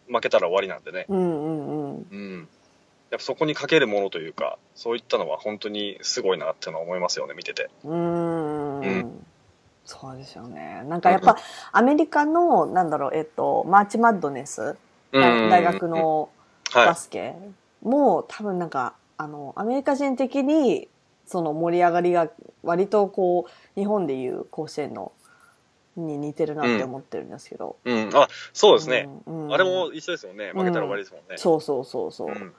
負けたら終わりなんでね、
うんうんうん
うん、やっぱそこにかけるものというか、そういったのは本当にすごいなってのは思いますよね、見てて。
うーん
う
そうですよねなんかやっぱアメリカのなんだろうえっとマーチマッドネス
うん
大学の
はい
バスケも多分なんかあのアメリカ人的にその盛り上がりが割とこう日本でいう甲子園のに似てるなって思ってるんですけど、
うん、あそうですね、
うん、うん
あれも一緒ですよね、負けたら終わりですもんね。
そうそうそうそう、
うん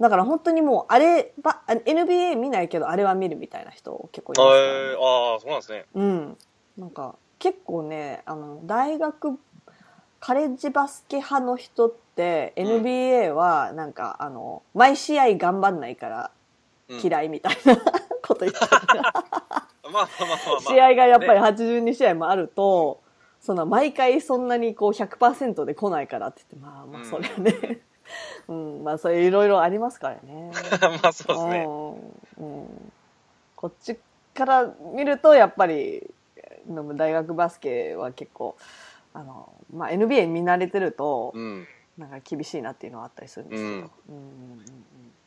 だから本当にもうあればあ NBA 見ないけどあれは見るみたいな人結構いますからね
えーああ、そうなんですね。
うんなんか結構ねあの大学カレッジバスケ派の人って
ん
NBA はなんか、あの毎試合頑張んないから
うん
嫌いみたいな こと言って る、
まあまあまあまあ、
試合がやっぱり82試合もあると、その毎回そんなにこう100%で来ないからって言ってまあまあそれはね、 うんまあそれいろいろありますからね。
まあ そうですね。
うんうんこっちから見るとやっぱりうん大学バスケは結構あの、まあ、NBA に見慣れてると
うん。
なんか厳しいなっていうのはあったりするんですけど、
も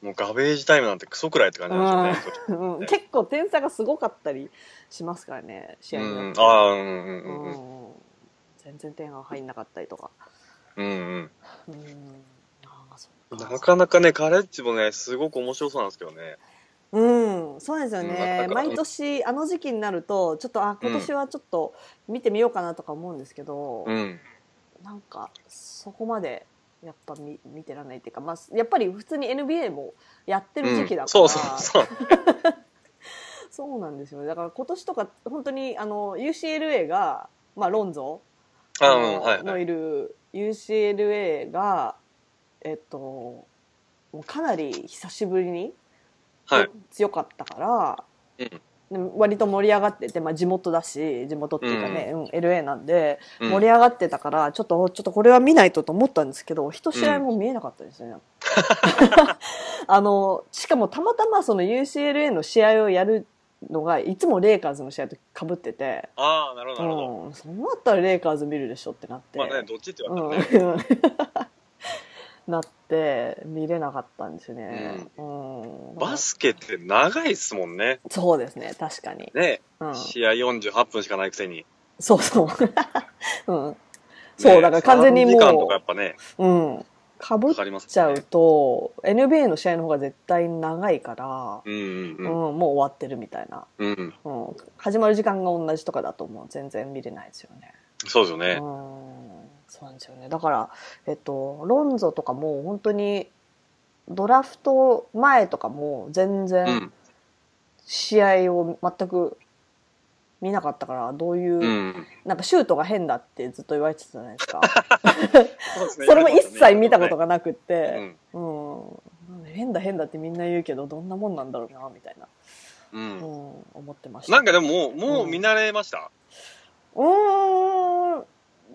うガベージタイムなんてクソくらいって感じなんですよね。
うんうんうんうん結構点差がすごかったりしますからね試合
う
によ
ん
っ。て
ああ、うんうんうんうん。
うん全然点が入んなかったりとか。
うん
うんああそうっ
ん。
か
なかなかね、カレッジもね、すごく面白そうなんですけどね。
うん、そうですよ
うんな
ね
ん。か
毎年、あの時期になると、ちょっと、あ、今年はちょっと見てみようかなとか思うんですけど、
うん。
なんか、そこまで、やっぱ見見てらんないっていうか、まあ、やっぱり普通に NBA もやってる時期だか
う
ら、
んそうそうそう。
そうなんですよね。だから今年とか、本当に、あの、UCLA が、まあ、ロンゾ
あ
あ
うん、
の
はい、
の
はい。
いる UCLA が、えっと、もうかなり久しぶりに
はい。
強かったから、で割と盛り上がってて、まあ、地元だし地元っていうかね、うん LA なんで
うん
盛り上がってたから、ちょっとちょっとこれは見ないとと思ったんですけど一試合も見えなかったですね。 あのしかもたまたまその UCLA の試合をやるのがいつもレイカーズの試合とかぶってて、
ああ、なるほど、なるほど。
うん、そうなったらレイカーズ見るでしょってなって。
まあね、どっちって言われたらね。
うん なって見れなかったんですよね。うん
バスケって長いっすもんね。
そうですね、確かに。
ね、
うん、
試合48分しかないくせに。
そうそう。うん、そう、だから完全に
3時間と
も
かやっぱね。
う、うん、かぶっ
かりますね
ちゃうと、NBA の試合の方が絶対長いから、
うんう
うん
ん
もう終わってるみたいな、
うん。うん。
うん、始まる時間が同じとかだともう全然見れないですよね。
そうですよね。
うんそうなんですよねだから、えっと、ロンゾとかも本当にドラフト前とかも全
う
然
ん。
試合を全く見なかったからどういう、
うん。
なんかシュートが変だってずっと言われてたじゃないです か
そうですね
それも一切見たことがなくっ
う
て、
ん。
うん変だ変だってみんな言うけどどんなもんなんだろうなみたいな、
うん
うん。思ってました。
なんかでも、もう、もう見慣れました。
うーん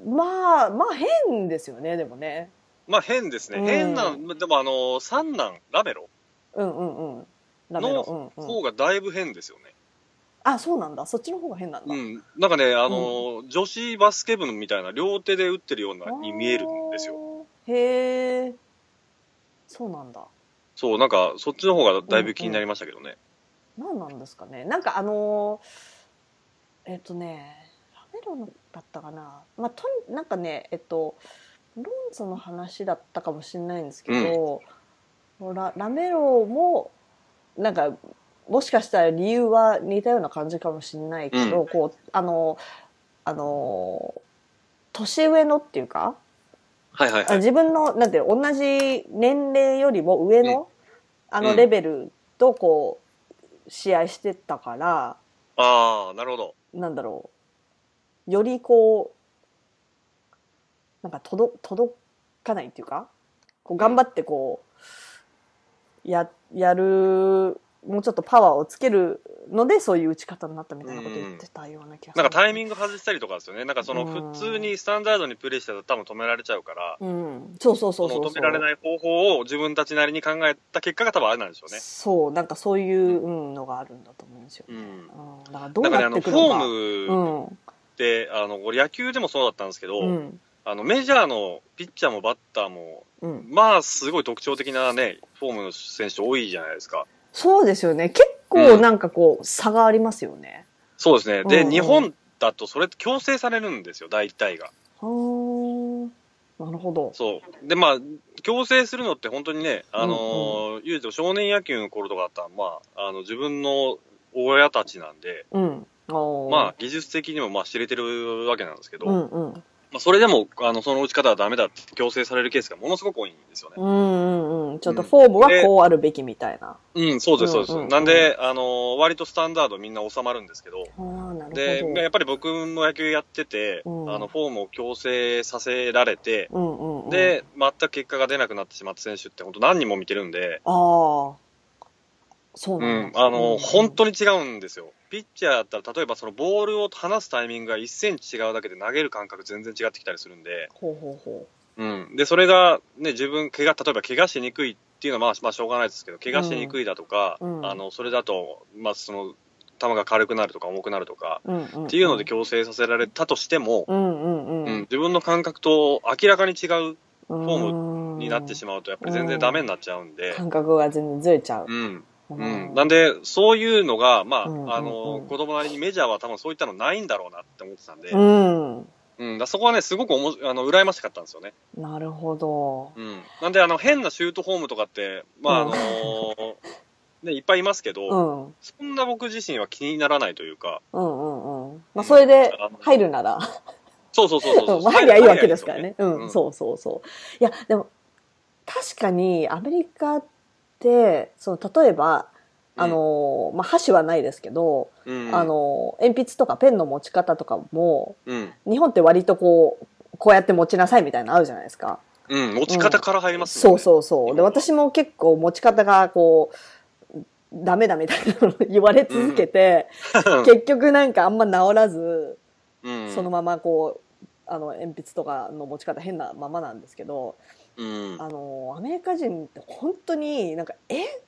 まあまあ変ですよねでもね。
まあ変ですね。
うん
変な、でもあの、三男、ラメロ
うんうんうん。ラメロ。うんうん、
方がだいぶ変ですよね。
あ、そうなんだ。そっちの方が変なんだ。
うん。なんかね、あの、女子バスケ部みたいな両手で打ってるようなに見えるんですよ。
よ。へえ。そうなんだ。
そう、なんか、そっちの方がだいぶ気になりましたけどね。
何なんですかね。なんかあのーえっ、とね、ラメロのだったかな。まあ、とになんかね、えっと、ロンゾの話だったかもしれないんですけど、ララメロも、なんか、もしかしたら理由は似たような感じかもしれないけど、こう、あの、あのー、年上のっていうか、
はいはい
あ
はい。
自分のなんていうの同じ年齢よりも上の、あ
う
の
ん
レベルとこう試合してたから、
ああ、なるほど。
なんだろうよりこうなんか届届かないっていうかこう頑張ってこうややるもうちょっとパワーをつけるのでそういう打ち方になったみたいなこと言ってたような気がす
な
る。
んかタイミング外したりとかですよね。なんかその
うん
普通にスタンダードにプレイしてたら多分止められちゃうから、
うん、そうそうそ
そう
そうそ
の
う
止められない方法を自分たちなりに考えた結果が多分あれなんでしょうね。
そうなんかそういう、うん、のがあるんだと思うんですよね。
うん。
うん、だからどう
だからね
な
あ
って
の、
くる
フ
のか。
ォームって、あの、俺野球でもそうだったんですけど、
うん。うん。
あの、メジャーのピッチャーもバッターも、
うん。
まあ、すごい特徴的なね、フォームの選手多いじゃないですか。
そうですよね。結構
うん
なんかこう、差がありますよね。
そうですね。で、
うんうん
日本だとそれって強制されるんですよ、大体が。
はーなるほど。
そう。で、まあ、強制するのって本当にね、あのー言うと少年野球の頃とかだったら、まあ、あの、自分の親たちなんで、
うん。おー
まあ、技術的にもまあ知れてるわけなんですけど、
う
ま
んうん。
あ、それでも、あの、その打ち方はダメだって強制されるケースがものすごく多いんですよね。
うんうんうん。ちょっとフォームはこうあるべきみたいな。
うん、そうです、そうです。
うんうん
なんで、あのー割とスタンダードみんな収まるんですけど、
ああ、な
で
る、ほ
やっぱり僕も野球やってて、
うん
あの、フォームを強制させられて、
ど。うんうんうん。、
で、全く結果が出なくなってしまった選手って本当何人も見てるんで、
ああ。そう
う
なん
ん、
だ。
あの、本当に違うんですよ。ピッチャーだったら、例えばそのボールを離すタイミングが1センチ違うだけで投げる感覚全然違ってきたりするんで、
ほうほうほ
うん。で、それがね、自分、怪我、例えば怪我しにくいっていうのはまあ、まあ、しょうがないですけど、怪我しにくいだとか、
うんうん
あの、それだと、まあ、その、球が軽くなるとか重くなるとか、
う。うんうん、
っていうので強制させられたとしても、
うんうん
う、
うんん。
自分の感覚と明らかに違う
フォ
ォーになってし
ま
まうと、やっぱり全然ダメになっちゃうんで、
感覚が全然ずれちゃう
う。ん、
う
うん。なんで、そういうのが、まあ、
うんうんうん
あの、子供なりにメジャーは多分そういったのないんだろうなって思ってたんで、
うん。
うん。だからそこはね、すごくおもあの羨ましかったんですよね。
なるほど。
うん。なんで、あの、変なシュートフォームとかって、まあ、あ
うん
のね、いっぱいいますけど、
うん。うん
そんな僕自身は気にならないというか、
うんうん。まあ、それで入るなら、
そうそうそうそう そう。
入りゃいいわけですからね。うん、
うん
そうそうそう。いや、でも、確かにアメリカって、その、例えば、あ、の、まあ、箸はないですけど、
うん、
あ、の、鉛筆とかペンの持ち方とかも、
うん。
日本って割とこう、こうやって持ちなさいみたいなのあるじゃないですか。
うん、持ち方から入ります
そ
もん
う
ね。
そうそう。で、私も結構持ち方がこう、ダメだみたいなのを言われ続けて、結局なんかあんま治らず、
うん
そのままこうあの鉛筆とかの持ち方変なままなんですけど
うん。
あのアメリカ人って本当になんか「えっ?」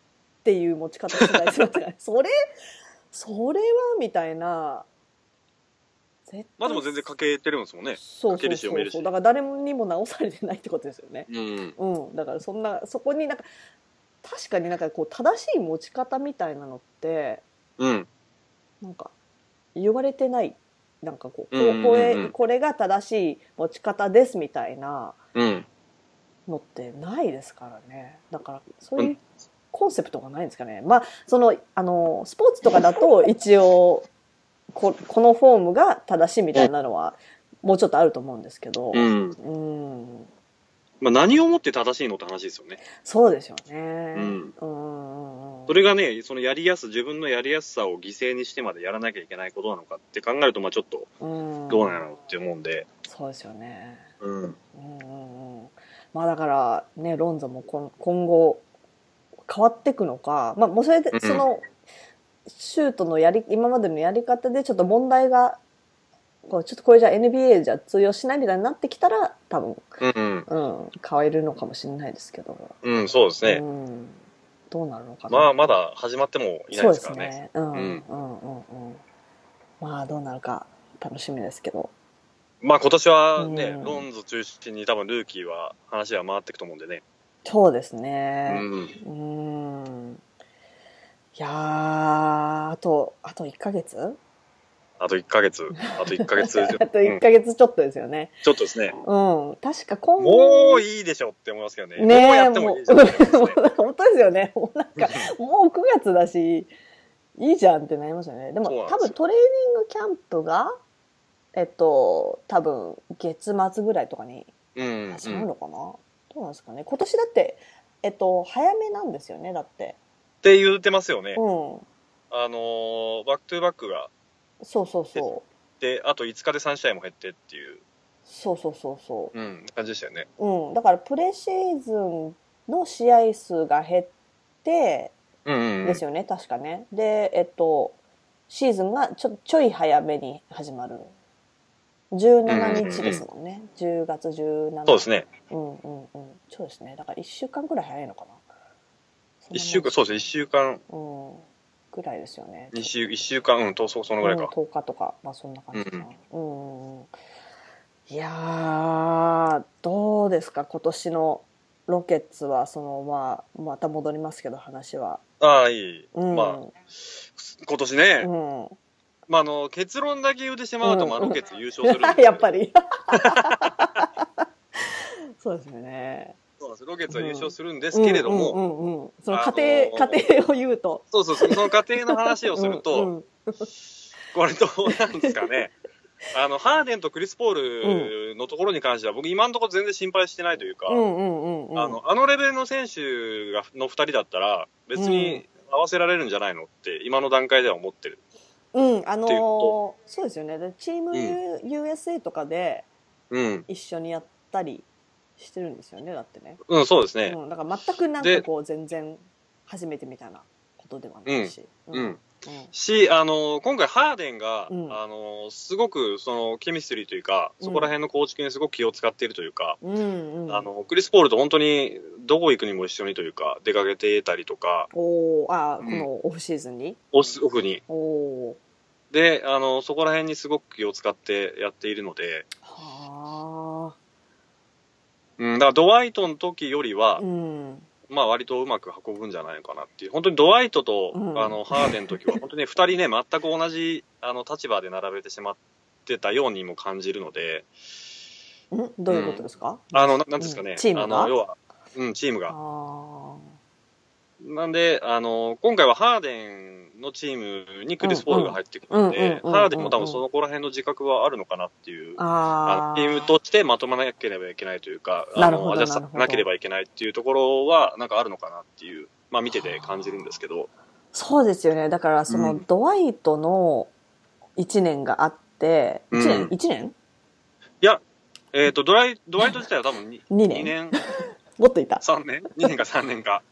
ていう持ち方してたりする じゃないそれそれはみたいな絶対
まあでも全然書けてるんですもんね。
そう
書けるし読める
そうそうそ
し
うだから誰にも直されてないってことですよね。
うん。
うん、だからそんなそこになんか確かになんかこう正しい持ち方みたいなのって
うん。
なんか言われてないなんかこう,こう、
うんうんうん
これこれが正しい持ち方ですみたいな
うん。
のってないですからねだからそういうコンセプトがないんですかねまあそのあのスポーツとかだと一応ここのフォームが正しいみたいなのはもうちょっとあると思うんですけど、
うん。
うん、
まあ、何をもって正しいのって話ですよね。
そうですよ
う
ね。
ん。
うんうんうん
それがね、そのやりやす、自分のやりやすさを犠牲にしてまでやらなきゃいけないことなのかって考えると、まあちょっと
うん
どうなのって思うんで。
そうですよね。
うん。
うんうんうん。まあだからねロンゾも今今後変わっていくのか、まあもうそれで
うん
そのシュートのやり今までのやり方でちょっと問題がこうちょっとこれじゃ NBA じゃ通用しないみたいになってきたら多分
うん、
うん変えるのかもしれないですけど。
うん。うん、そうですね。
うん。どうなるのかな。
まあ、まだ始まってもいない
そう
で
ですす
からね。
ね。うん、うん、うん、
ん
うん。まあ、どうなるか楽しみですけど。
まあ、今年はね、
うん
ロンズ中心に多分ルーキーは話は回っていくと思うんでね。
そうです
う
ね。
ん。
うん。いやー、あと、あと1ヶ月
あと1ヶ月、あと1ヶ月以上
あと
う
1
ん
ヶ月ちょっとですよね。
ちょっとですね、
うん。確か今
もういいでしょって思いますけどね。
ね
もう
え、
やって
も
も
う
いいじゃんって思いますね。
もう本当ですよね。もうなんか、もう9月だし、いいじゃんってなりましたね。で
そう
も
な
多
んですよ
分トレーニングキャンプが、えっと、多分月末ぐらいとかに
うん、
始まるのかな、どうなんですかね今年だってえっと早めなんですよねだって
って言ってますよね。
うん
あのーバックトゥーバックが、
そうそうそう
で、あと5日で3試合も減ってっていう、
そうそうそうそ
うん、感じでしたよね。
ううんだからプレシーズンの試合数が減って
うん、うん。
ですよね、確かねでえっとシーズンがちょちょい早めに始まる17日ですもんね、10月17日
そうですね。
うんうんうんそうですねだから1週間ぐらい早いのかな
1週間、そうですね、1週間、
うんぐらいですよね
2週、1週間、うん、とそそのぐらいか。
うん10日とか、まあ、そんな感じかな。うんうんうんいやーどうですか今年のロケッツはその、まあ、また戻りますけど話は。
ああ、いい。
うん
まあ、今年ね、
うん、
まあ、あの、結論だけ言うてしまうと、
うん
まあ、ロケッツ優勝するんですけど。
やっぱりそうですよね。
そうなんですよロケッツは優勝するんですけれども、
うんうんうん、その
あの
家
ー
庭家庭を言うと。
そうそうそう、その過程の話をすると、
うんうん
これどうなんですかね。あの、ハーデンとクリス・ポールのところに関しては、僕今のところ全然心配してないというか、
うんうんうんうん
あの、あのレベルの選手が、の二人だったら、別に合わせられるんじゃないのって、今の段階では思ってる。
うんあの
っていう
ー
こ
そうですよねでチーム
うん
U- USA とかで
うん。
一緒にやったりしてるんですよねだってね。
うん、そうですね。
うん、だから全くなんか
で
こう全然初めてみたいなことではないし。
うん。
うん
し、あの、今回ハーデンが、
うん
あの、すごく、その、ケミストリーというか、そこら辺の構築にすごく気を使っているというか、
うんうん、
あの、クリス・ポールと本当に、どこ行くにも一緒にというか、出かけてたりとか、
おーあー
うん
このオフシーズンに、
オフオフに、
おお
で、あの、そこら辺にすごく気を使ってやっているので、
は
うん、だからドワイトの時より
あ
は
う、ん
まあ割とうまく運ぶんじゃないのかなっていう、本当にドワイトと、
うん
あの、ハーデンの時は、本当にね二人ね、全く同じ、あの、立場で並べてしまってたようにも感じるので、
んどういうことですか、
あの、ななんですかね、
うんチームが
あの、要は、うん、チーム
あ
が。
あ
なんで、あの、今回はハーデンのチームにクリス・ポールが入ってくるので、
うんうんうんうんうんうん
ハーデンも多分そのこら辺の自覚はあるのかなっていうあ
あ
の
あ
チームとしてまとまらなければいけないというか、
な
あ
るほど
のアジャスト
なるほど
なければいけないっていうところは、なんかあるのかなっていう、まあ見てて感じるんですけど、
そうですよねだからそうの
ん
ドワイトの1年があって1年、
うん
一年
えっ、とドライ、ドワイト自体は多分 2,
二年
2年、
もっといた
3年 ?2 年か3年か。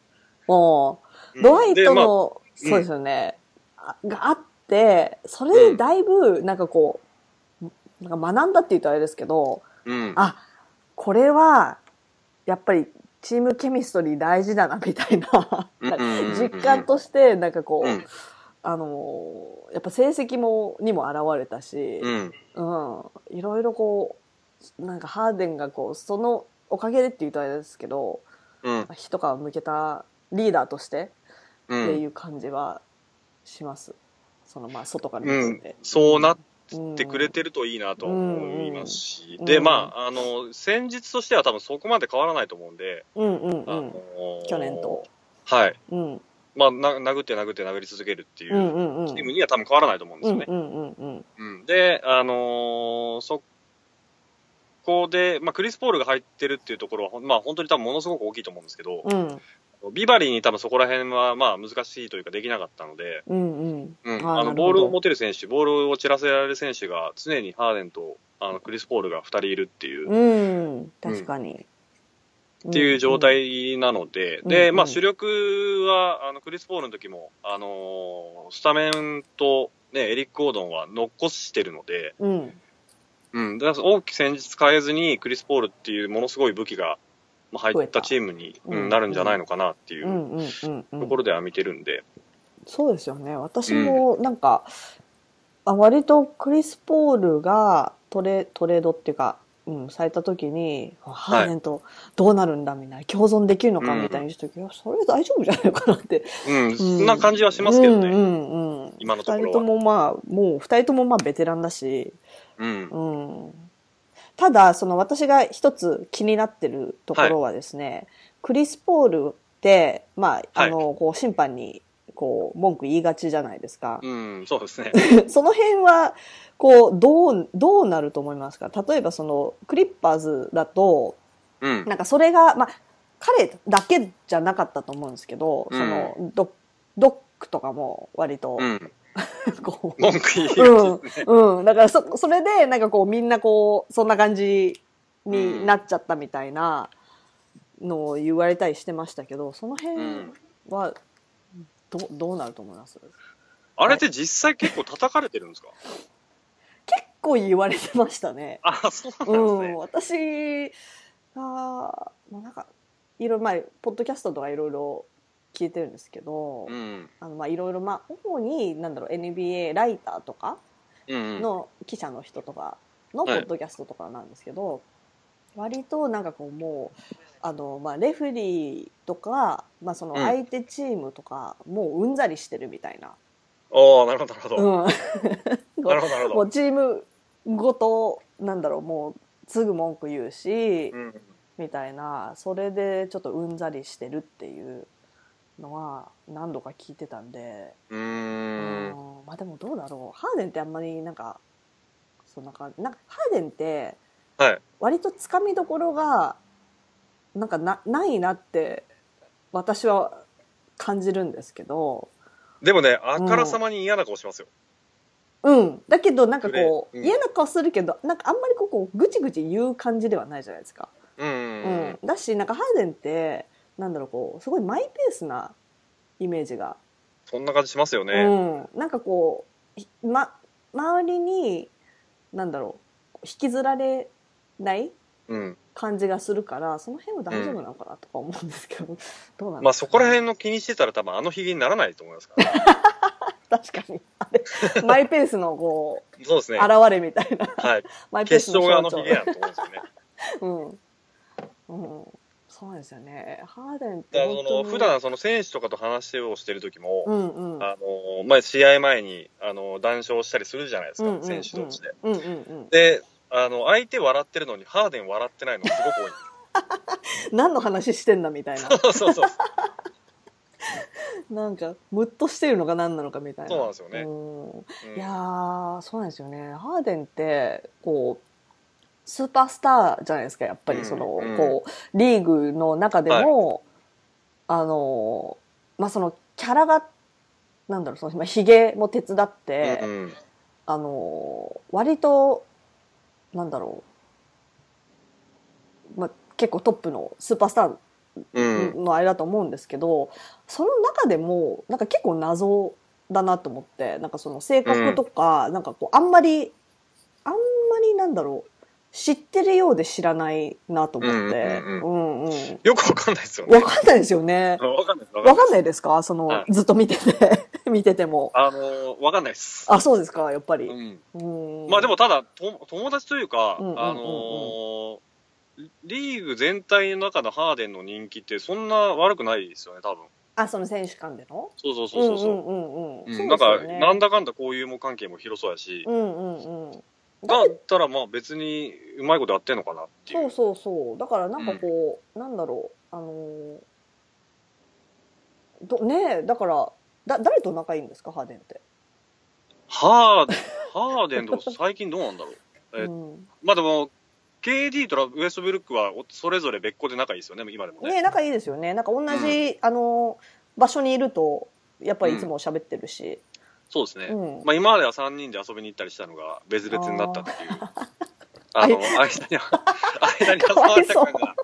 もう
うん
ドワイ
で
ト
まあ
の、
うん
そうですよね、あがあって、それでだいぶ、なんかこう、なんか学んだって言うとあれですけど、
うん
あこれは、やっぱり、チームケミストリー大事だな、みたいな、
うんうんうんうん
実感として、なんかこう、
うん
あのーやっぱ成績も、にも現れたし、
うん
うん、いろいろこう、なんかハーデンがこう、そのおかげでって言うとあれですけど、
うん
一皮向けたリーダーとして、
う
ってい
ん
う感じはします。そのまあ外から
う
見
ん
てて、
そうなっってくれてるといいなと思いますし、
うん
で、
うん
まあ、あの、戦術としては多分そこまで変わらないと思うんで、
うんうん
あ
う
の
ん。去年と。。
はい。
うん
まあ、な殴って殴って殴り続けるっていうう、
んうんうん。
チームには多分変わらないと思うんで
う
す
ん
よ
うん
ね。
うんうん。
うんで、あのーそこで、まあ、クリス・ポールが入ってるっていうところはほん、まあ、本当に多分ものすごく大きいと思うんですけど、
うん
ビバリーに多分そこら辺は、まあ、難しいというかできなかったので、
うんうん。
うん
あー
あの
なる
ボー
ほど
ルを持てる選手、ボールを散らせられる選手が常にハーデンとあのクリス・ポールが2人いるっていう、っ
うん、確かに。
ていう状態なので、
うん
で、まあ、
うん
主力はあのクリス・ポールの時も、あのースタメンと、ね、エリック・ゴードンは残してるので、
うん。うん。
うん、だから大きく戦術変えずに、クリス・ポールっていうものすごい武器がまあ
増
入
え
った
た
チームに、うん
うん
なるんじゃないのかなっていううん
うんうんう
と
ん
こ。ろでは見てるんで、
そうですよね。私もなんか、あ割とクリス・ポールがトレトレードっていうか、うん、された時に、ハーデンとどうなるんだみたいな、共存できるのかみたいにした時、いやそれ大丈夫じゃないのかなって。
うん、そ
うん
んな感じはしますけどね。
うんうんうん。
今のところは
二人ともまあ、もう二人ともまあベテランだし、
うん
うんただその私が一つ気になってるところはですね、クリス・ポールって、まあ
はい
あのこう審判にこう文句言いがちじゃないですか、
うん、そう ですね。
その辺はこうどうどうなると思いますか例えばそのクリッパーズだと
うん。
なんかそれが、まあ、彼だけじゃなかったと思うんですけど、そのドドックとかも割と、
うん。
こう
文句言いがち
うん、うん。だからそ、それで、なんかこう、みんなこう、そんな感じになっちゃったみたいなのを言われたりしてましたけど、その辺
うん
は、どうどうなると思います結
あれって実際結構叩かれてるんですか
構言われてましたね。
あ、 そう
う
なんです
ん、
ね。
私が、まあなんか、いろいろ、まあ、ポッドキャストとかいろいろ聞いてるんですけど、
うん。
あの、まあ、いろいろ、まあ、主に、なんだろう、NBA ライターとか、
うん。
の記者の人とかのポ
はい
ッドキャストとかなんですけど、割となんかこうもうあの、まあ、レフェリーとか、まあ、その
うん
相手チームとか、もううんざりしてるみたいな、
おー、なるほど、なるほど。
うん、
なるほど、な る
も
ほ
う
ど。
チームごとなんだろうもうすぐ文句言うし、
うん。
みたいなそれでちょっとうんざりしてるっていうのは何度か聞いてたんで。
うーん。
うんまあでもどうだろうハーデンってあんまりなんかそんな感じなんかハーデンって
はい
割とつかみどころがなんかなないなって私は感じるんですけど
でもね、あからさまに嫌な顔しますよ。
うんだけどなんかこう、
それうん
嫌な顔するけどなんかあんまりこうこうぐちぐち言う感じではないじゃないですか。
うん。うん
うん、だしなんかハーデンってなんだろうこうすごいマイペースなイメージが
そんな感じしますよね。
うん、なんかこうひま周りになんだろう引きずられない
うん。
感じがするからその辺は大丈夫なのかなとか思うんですけど、 どうなの
まあそこら辺の気にしてたら多分あのヒゲにならないと思いますから。
確かにあれマイペースのこう
そうですね。
現
は
れみたいな
い。
マイペー
決
スの
勝があの
象徴
ヒゲやと思うんですよね。
うん、うん、そうなんですよねハーデンって
だからそ
本
の
当に
普段その選手とかと話をしてる時も、
うんうん
あのまあ、試合前にあの談笑したりするじゃないですか、
うんうんうん
選手同士で。
うんうんうん
であの、相手笑ってるのに、ハーデン笑ってないのすごく多いんで
何の話してんだみた いな
す。そうそうそう。
なんかムッとしてるのか何なのかみたいな
そうなんですよね
うん
うん
いやーそうなんですよねハーデンってこうスーパースターじゃないですかやっぱ
うん
りその、
うん
こうリーグの中でも、あのーまあそのキャラがなんだろうそのまあひげも手伝って、
うんうん
あのー割となんだろう、まあ、結構トップのスーパースタ
うん
ーのあれだと思うんですけど、その中でもなんか結構謎だなと思ってなんかその性格とか、なんかこうあんまりあんまりなんだろう知ってるようで知らないなと思って、
うんう
うんうん
よくわかんないですよね。
わかんないですよね。
わかんないです。わか
わ
んない
かんないですかその、
は
ずっと見てて 見てても。
あのわかんないです。
あそうですかやっぱ
う
り。
ん、
うん
まあでも、ただと、友達というか、
うんうんうんうん
あのリーグ全体の中のハーデンの人気って、そんな悪くないですよね、多分
あ、その選手間での
そうそうそうそうそう。
んうんうんうん。
うん
そうで
なん
すよ
か、
ね
なんだかんだこういうも関係も広そうやし、
うんうんうん。
だったらまあ別にうまいことやってんのかなってい。
そううそうそう。だからなんかこう、なんだろう、あのーど、ねえ、だから、だ、誰と仲いいんですか、ハーデンって。
ハーデン、ハーデンとか最近どうなんだろう。 え
うん、
まあでも、KD とラウエストブルックはおそれぞれ別個で仲いいですよね、今でも
ね
ね。
え仲いいですよね。なんか同じ、あのー場所にいると、やっぱりいつも喋ってるし。
そうですね。
うん。
まあ今までは3人で遊びに行ったりしたのが別々になったって いう。あの、間に、間に挟まれた感が、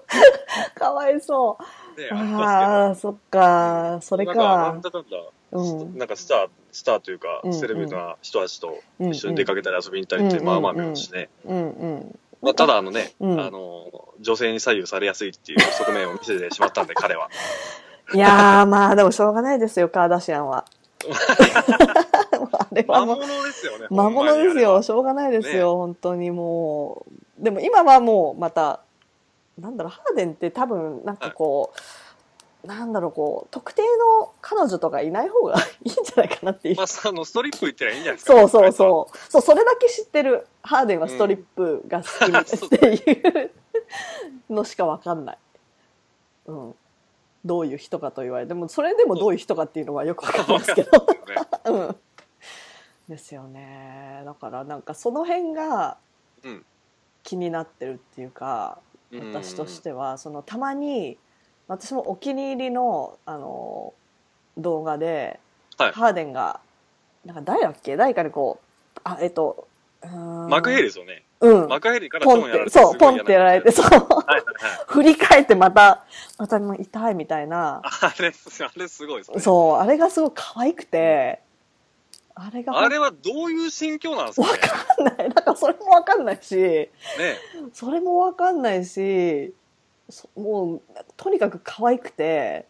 かわいそう。
ね、ありま
ああ、そっか、そ
す
れ
けど。な
か
んか、なん。だかんだ、
うん。
なんかスター、スターというか
う、ん
セレブな人たちと
うん
一緒に出かけたり遊びに行ったりって、
うん
まあまあ見ますしね。
うんうん。
まあ、ただあのね、
うん
あの、女性に左右されやすいっていう側面を見せてしまったんで、彼 は。
いやー、まあでもしょうがないですよ、カーダシアン は。あれは
魔
もう
物ですよね。
魔物です
ほんまにあれ
よ。
は。
しょうがないです
ね
よ。本当にもう。でも今はもうまた、なんだろう、ハーデンって多分、なんかこう、なんだろう、こう、特定の彼女とかいない方がいいんじゃないかなっていう。
まあ、あの、ストリップ行ってりゃいいんじゃないですか。
そうそうそう。そう、それだけ知ってる。ハーデンはストリップが好きっていうのしかわかんない。うん。どういう人かと言われても、それでもどういう人かっていうのはよくわかんないですけど。
う。ね、
うん。ですよね。だからなんかその辺が
うん
気になってるっていうか、
うん
私としては、そのたまに、私もお気に入りの、あの、動画で、
はい
ハーデンが、なんか誰だっけ誰かにこう、あ、えっと、マ
マクヘイですよね。
うん。
マクヘイから
ポ
トー
ン
ン
っ
やられ
て、
て。
そう、
すご
ポン
い嫌
ってやられて、そう。
はいはいはい。
振り返ってまた、またもう痛いみたいな。
あれ、あれすごいですね。
そう、あれがすごい可愛くて、あれが
あれはどういう心境なんですか
わ
ね。
かんない。 なんかそれもわかんないし、
ね
それもわかんないし、そもう、とにかく可愛く て、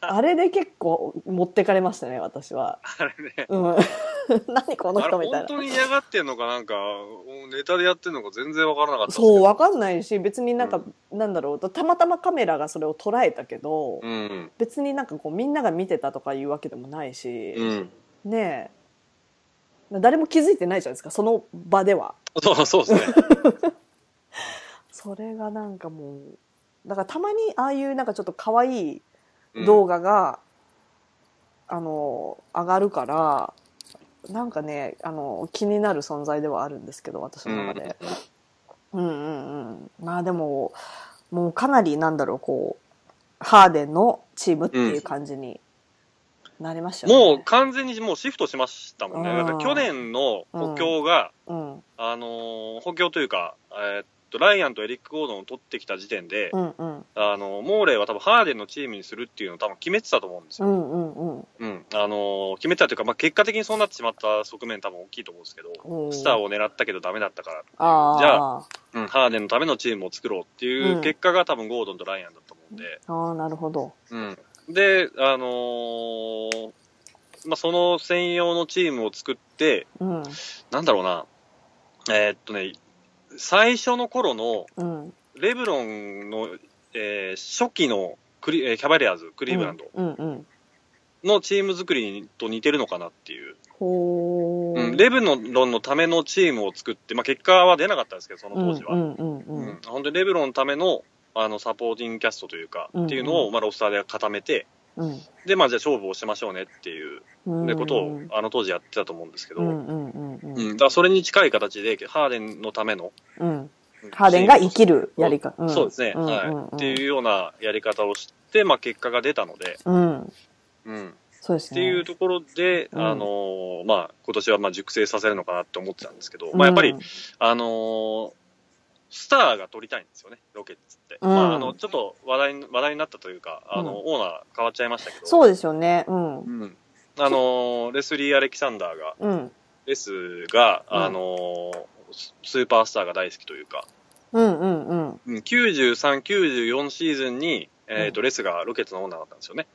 あれで結構持ってかれましたね、私は。
あれね。
うん。 何この
あれ
人みた
本
いな。
当に嫌がってんのかなんか、ネタでやってんのか全然わからなかったですけど
そう、わかんないし、別になんか、なんだろう、たまたまカメラがそれを捉えたけど、
うん。
別になんかこう、みんなが見てたとかいうわけでもないし、
うん。
ねえ。誰も気づいてないじゃないですか、その場では。
そうそうですね。
それがなんかもうだからたまにああいうなんかちょっと可愛い
うん
動画が、あの上がるからなんかねあの気になる存在ではあるんですけど私の中で、うん、うんうんまあでももうかなりなんだろうこうハーデンのチームっていう感じになりました
も
よ
う
ね、
完全にもうシフトしましたもんね。
うん
だから去年の補強が、
うん、
あのー補強というか、えーっと、ライアンとエリック・ゴードンを取ってきた時点で、
うんうん
あのーモーレーは多分ハーデンのチームにするっていうのを多分決めてたと思うんです
う
よ。
んうんうん
うん。あのー決めてたというか、まあ、結果的にそうなってしまった側面多分大きいと思うんですけど、
うん
スターを狙ったけどダメだったから、
あー
じゃうんハーデンのためのチームを作ろうっていううん結果が多分ゴードンとライアンだと思うんで、
あーなるほど
で、あのーまあ、その専用のチームを作って、
うん
なんだろうな、えーっとね、最初の頃の
うん
レブロンの、えー初期のクリ、えーキャバリアーズ、クリーブランド
うんうん
のチーム作りと似てるのかなっていう、
ほー
うんレブロンのためのチームを作って、まあ、結果は出なかったんですけど、その当時は。
うんうんうんう
うんん、本当にレブロンのためのあのサポーティングキャストというか、
うんうん
っていうのを、まあ、ロスターで固めて、
うん
で、まあ、じゃあ勝負をしましょうねっていう
うん
ねこと
う
を
ん、
あの当時やってたと思うんですけど、
う
う
ん
ん
うんうんうん
だからそれに近い形で、ハーデンのための、
うんハーデンが生きるやり方、
うん
ん
そうですね、
んん
はい。っていうようなやり方をして、まあ、結果が出たので、
うん
うん、っ
そうです
て
ね
いうところで、
うん
あのーまあ、今年はまあ熟成させるのかなって思ってたんですけど、まあ、やっぱり、
うん
あのースターが取りたいんですよね、ロケッツって。
うん
まあ、あの、ちょっと話題に、話題になったというか、あの、
うん
オーナー変わっちゃいましたけど、
そうですよねうん
うん。あのーレスリー・アレキサンダーが、
うん
レスが、
うん
あのーススーパースターが大好きというか、
うんうんうん
うん93、94シーズンに、えっ、と、レスがロケッツのオーナーだったんですよね。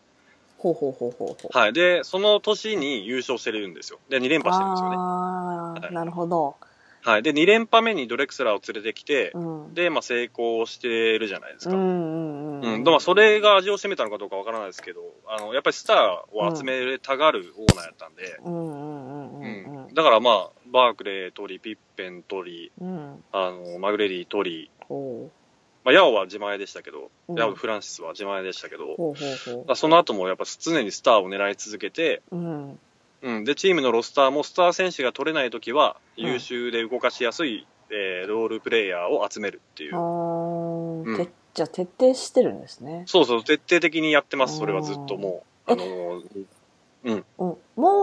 ほうほうほうほうほう
はい。で、その年に優勝してるんですよ。で、2連覇してるんですよね。
あ
は
あ
い
なるほど
はい。で、2連覇目にドレクスラーを連れてきて
う、ん
で、まあ、成功してるじゃないです
うんうん
か。
うんん
うん、でもそれが味を占めたのかどうかわからないですけど、あの、やっぱりスターを集めたがるオーナーやったんで、
うんうんうんうんうん
うんだからまあ、バークレー取り、ピッペン取り、
うん
あの、マグレリー取り、
ほう
まあ、ヤオは自前でしたけど、
うん
ヤオ、フランシスは自前でしたけ
ほ
ど、
うほうほ
まあその後もやっぱ常にスターを狙い続けて、
ううん
うん、で、チームのロスターもスター選手が取れないとき
う
は、
ん
優秀で動かしやすい、えーロールプレイヤーを集めるっていう。
あ
うん
ーてじゃあ徹底してるんですね
そうそう、徹底的にやってます、それはずっともう。
あ
あ
ー
のー
うんモ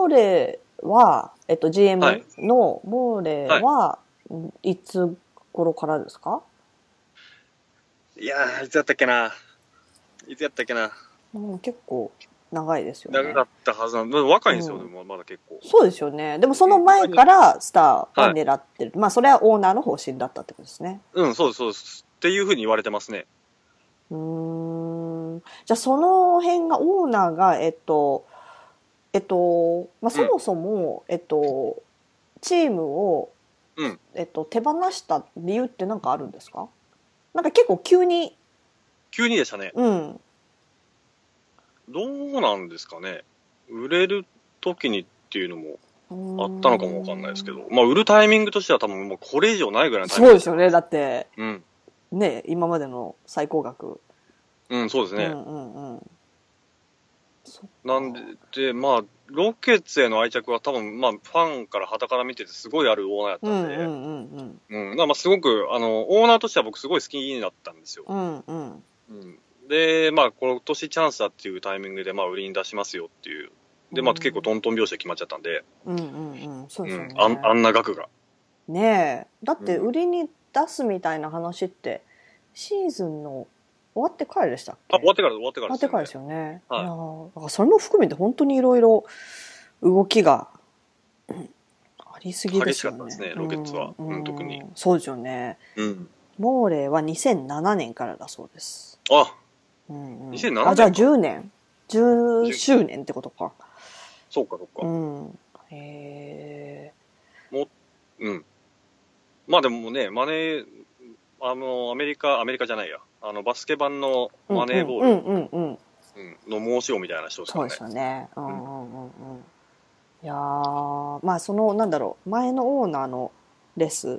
ーレーは、えっと、GM
はい
のモーレーは、うんい、つ頃からですか
いやー、いつやったっけな。いつやったっけな。
うん結構長いですよ
長
ね
か。ったはずなんで、若いんですよ、
うん
でもまだ結構。
そうですよね。でもその前からスターを狙ってる。まあそれはオーナーの方針だったってことですね。
うん、そうです、そうです。っていうふうに言われてますね。
うーん。じゃあその辺がオーナーが、えっと、えっと、まあそもそも、えっと、チームを、
うん
えっと、手放した理由って何かあるんですかなんか結構急に、
急にでしたね。
うん、
どうなんですかね。売れる時にっていうのも
あ
あったのかもわかんないですけど、まあ、売るタイミングとしては多分もうこれ以上ないぐらいのタイ
そ
ミ
う
ング。
ですよねだって
うん。
ね今までの最高額、
うん、そうです
う
ね。
んうんうんそっか
なんで、で、まあ、ロケッツへの愛着は多分、まあ、ファンから旗から見ててすごいあるオーナーやっ
うんうん
たんで、
うんうん
うん、まあまあすごく、あの、オーナーとしては僕すごい好きになったんですよ。
うんうん
うん、で、まあ、今年チャンスだっていうタイミングで、まあ、売りに出しますよっていう。で、まあ、
うん
結構トントン拍子で決まっちゃったんで、
うんうんうんそう
う
ですよ
ん
ね、、
あんあんな額が。
ねえだって
うん
売りに出すみたいな話ってシーズンの終わってからでしたっけ
あ、終わってから、終わってか
終
ら
わ
で
っ
す
て
よね、
からですよね、
はい
やーだからそれも含めて本当にいろいろ動きがうんありすぎですよね
激しかったですねロケッツは
うん
うん特に
そうですよね
うん。
モーレーは2007年からだそうです
あ、
うんうん
2007年か
あじゃあ10年10周年ってことか
そうか、そうか
う。んへえ
うん。まあでもね、マネー、あの、アメリカ、アメリカじゃないや。あの、バスケ版のマネーボール、
うんうんうん、うん、
うんの申し子みたいな人ですか
そ
ら
う
ね。
ですよねうんうんうんうんいやーまあそのなんだろう前のオーナーのレス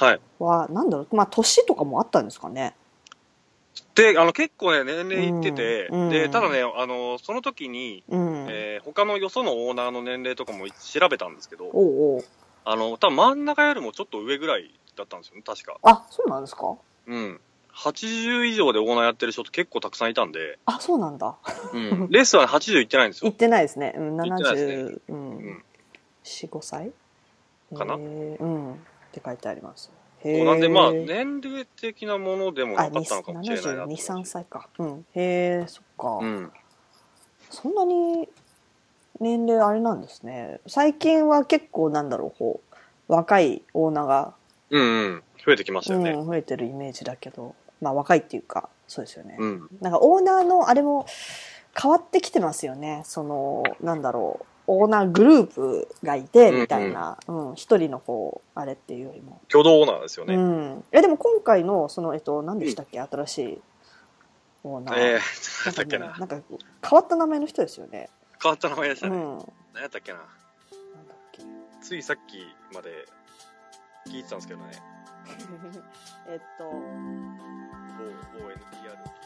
はい。
はなんだろうまあ年とかもあったんですかね
で、あの、結構ね、年齢いってて、
うんう
で、
ん
ただね、あの、その時に、
うん、
えー他のよそのオーナーの年齢とかも調べたんですけど、
おうおう
あの、多分真ん中よりもちょっと上ぐらいだったんですよね、確か。
あそうなんですか
うん。80以上でオーナーやってる人って結構たくさんいたんで、
あそうなんだ
うん、レースは80いってないんです
行っ
よ。
てないですねうん
行ってないで
70、うん
ん
45歳
かな
へーうんって書いてありますへ
そ
え
うなんで、まあ、年齢的なものでもなかったのかもしれないなと
あ72、
思います
3歳か。うん。へえ、そっか、
うん。
そんなに年齢あれなんですね。最近は結構なんだろう、こう、若いオーナーが、
うんうん。増えてきましたよね。
うん、増えてるイメージだけど、まあ若いっていうか、そうですよね。
うん。
なんかオーナーのあれも変わってきてますよね。その、なんだろう、オーナーグループがいて、みたいな、うん、一、人のこう、あれっていうよりも。
共同オーナーですよ
う
ね。
ん。え、でも今回の、その、えっと、何でしたっけ、新しいオーナー。
えー、何やったっけな。
んか変わった名前の人ですよね。
変わった名前でし
う
た
ん。
ね。
な
なん、
んだっ
何やったっけな。
け。
ついさっきまで聞いてたんですけどね。
えっと。
O- ONPR。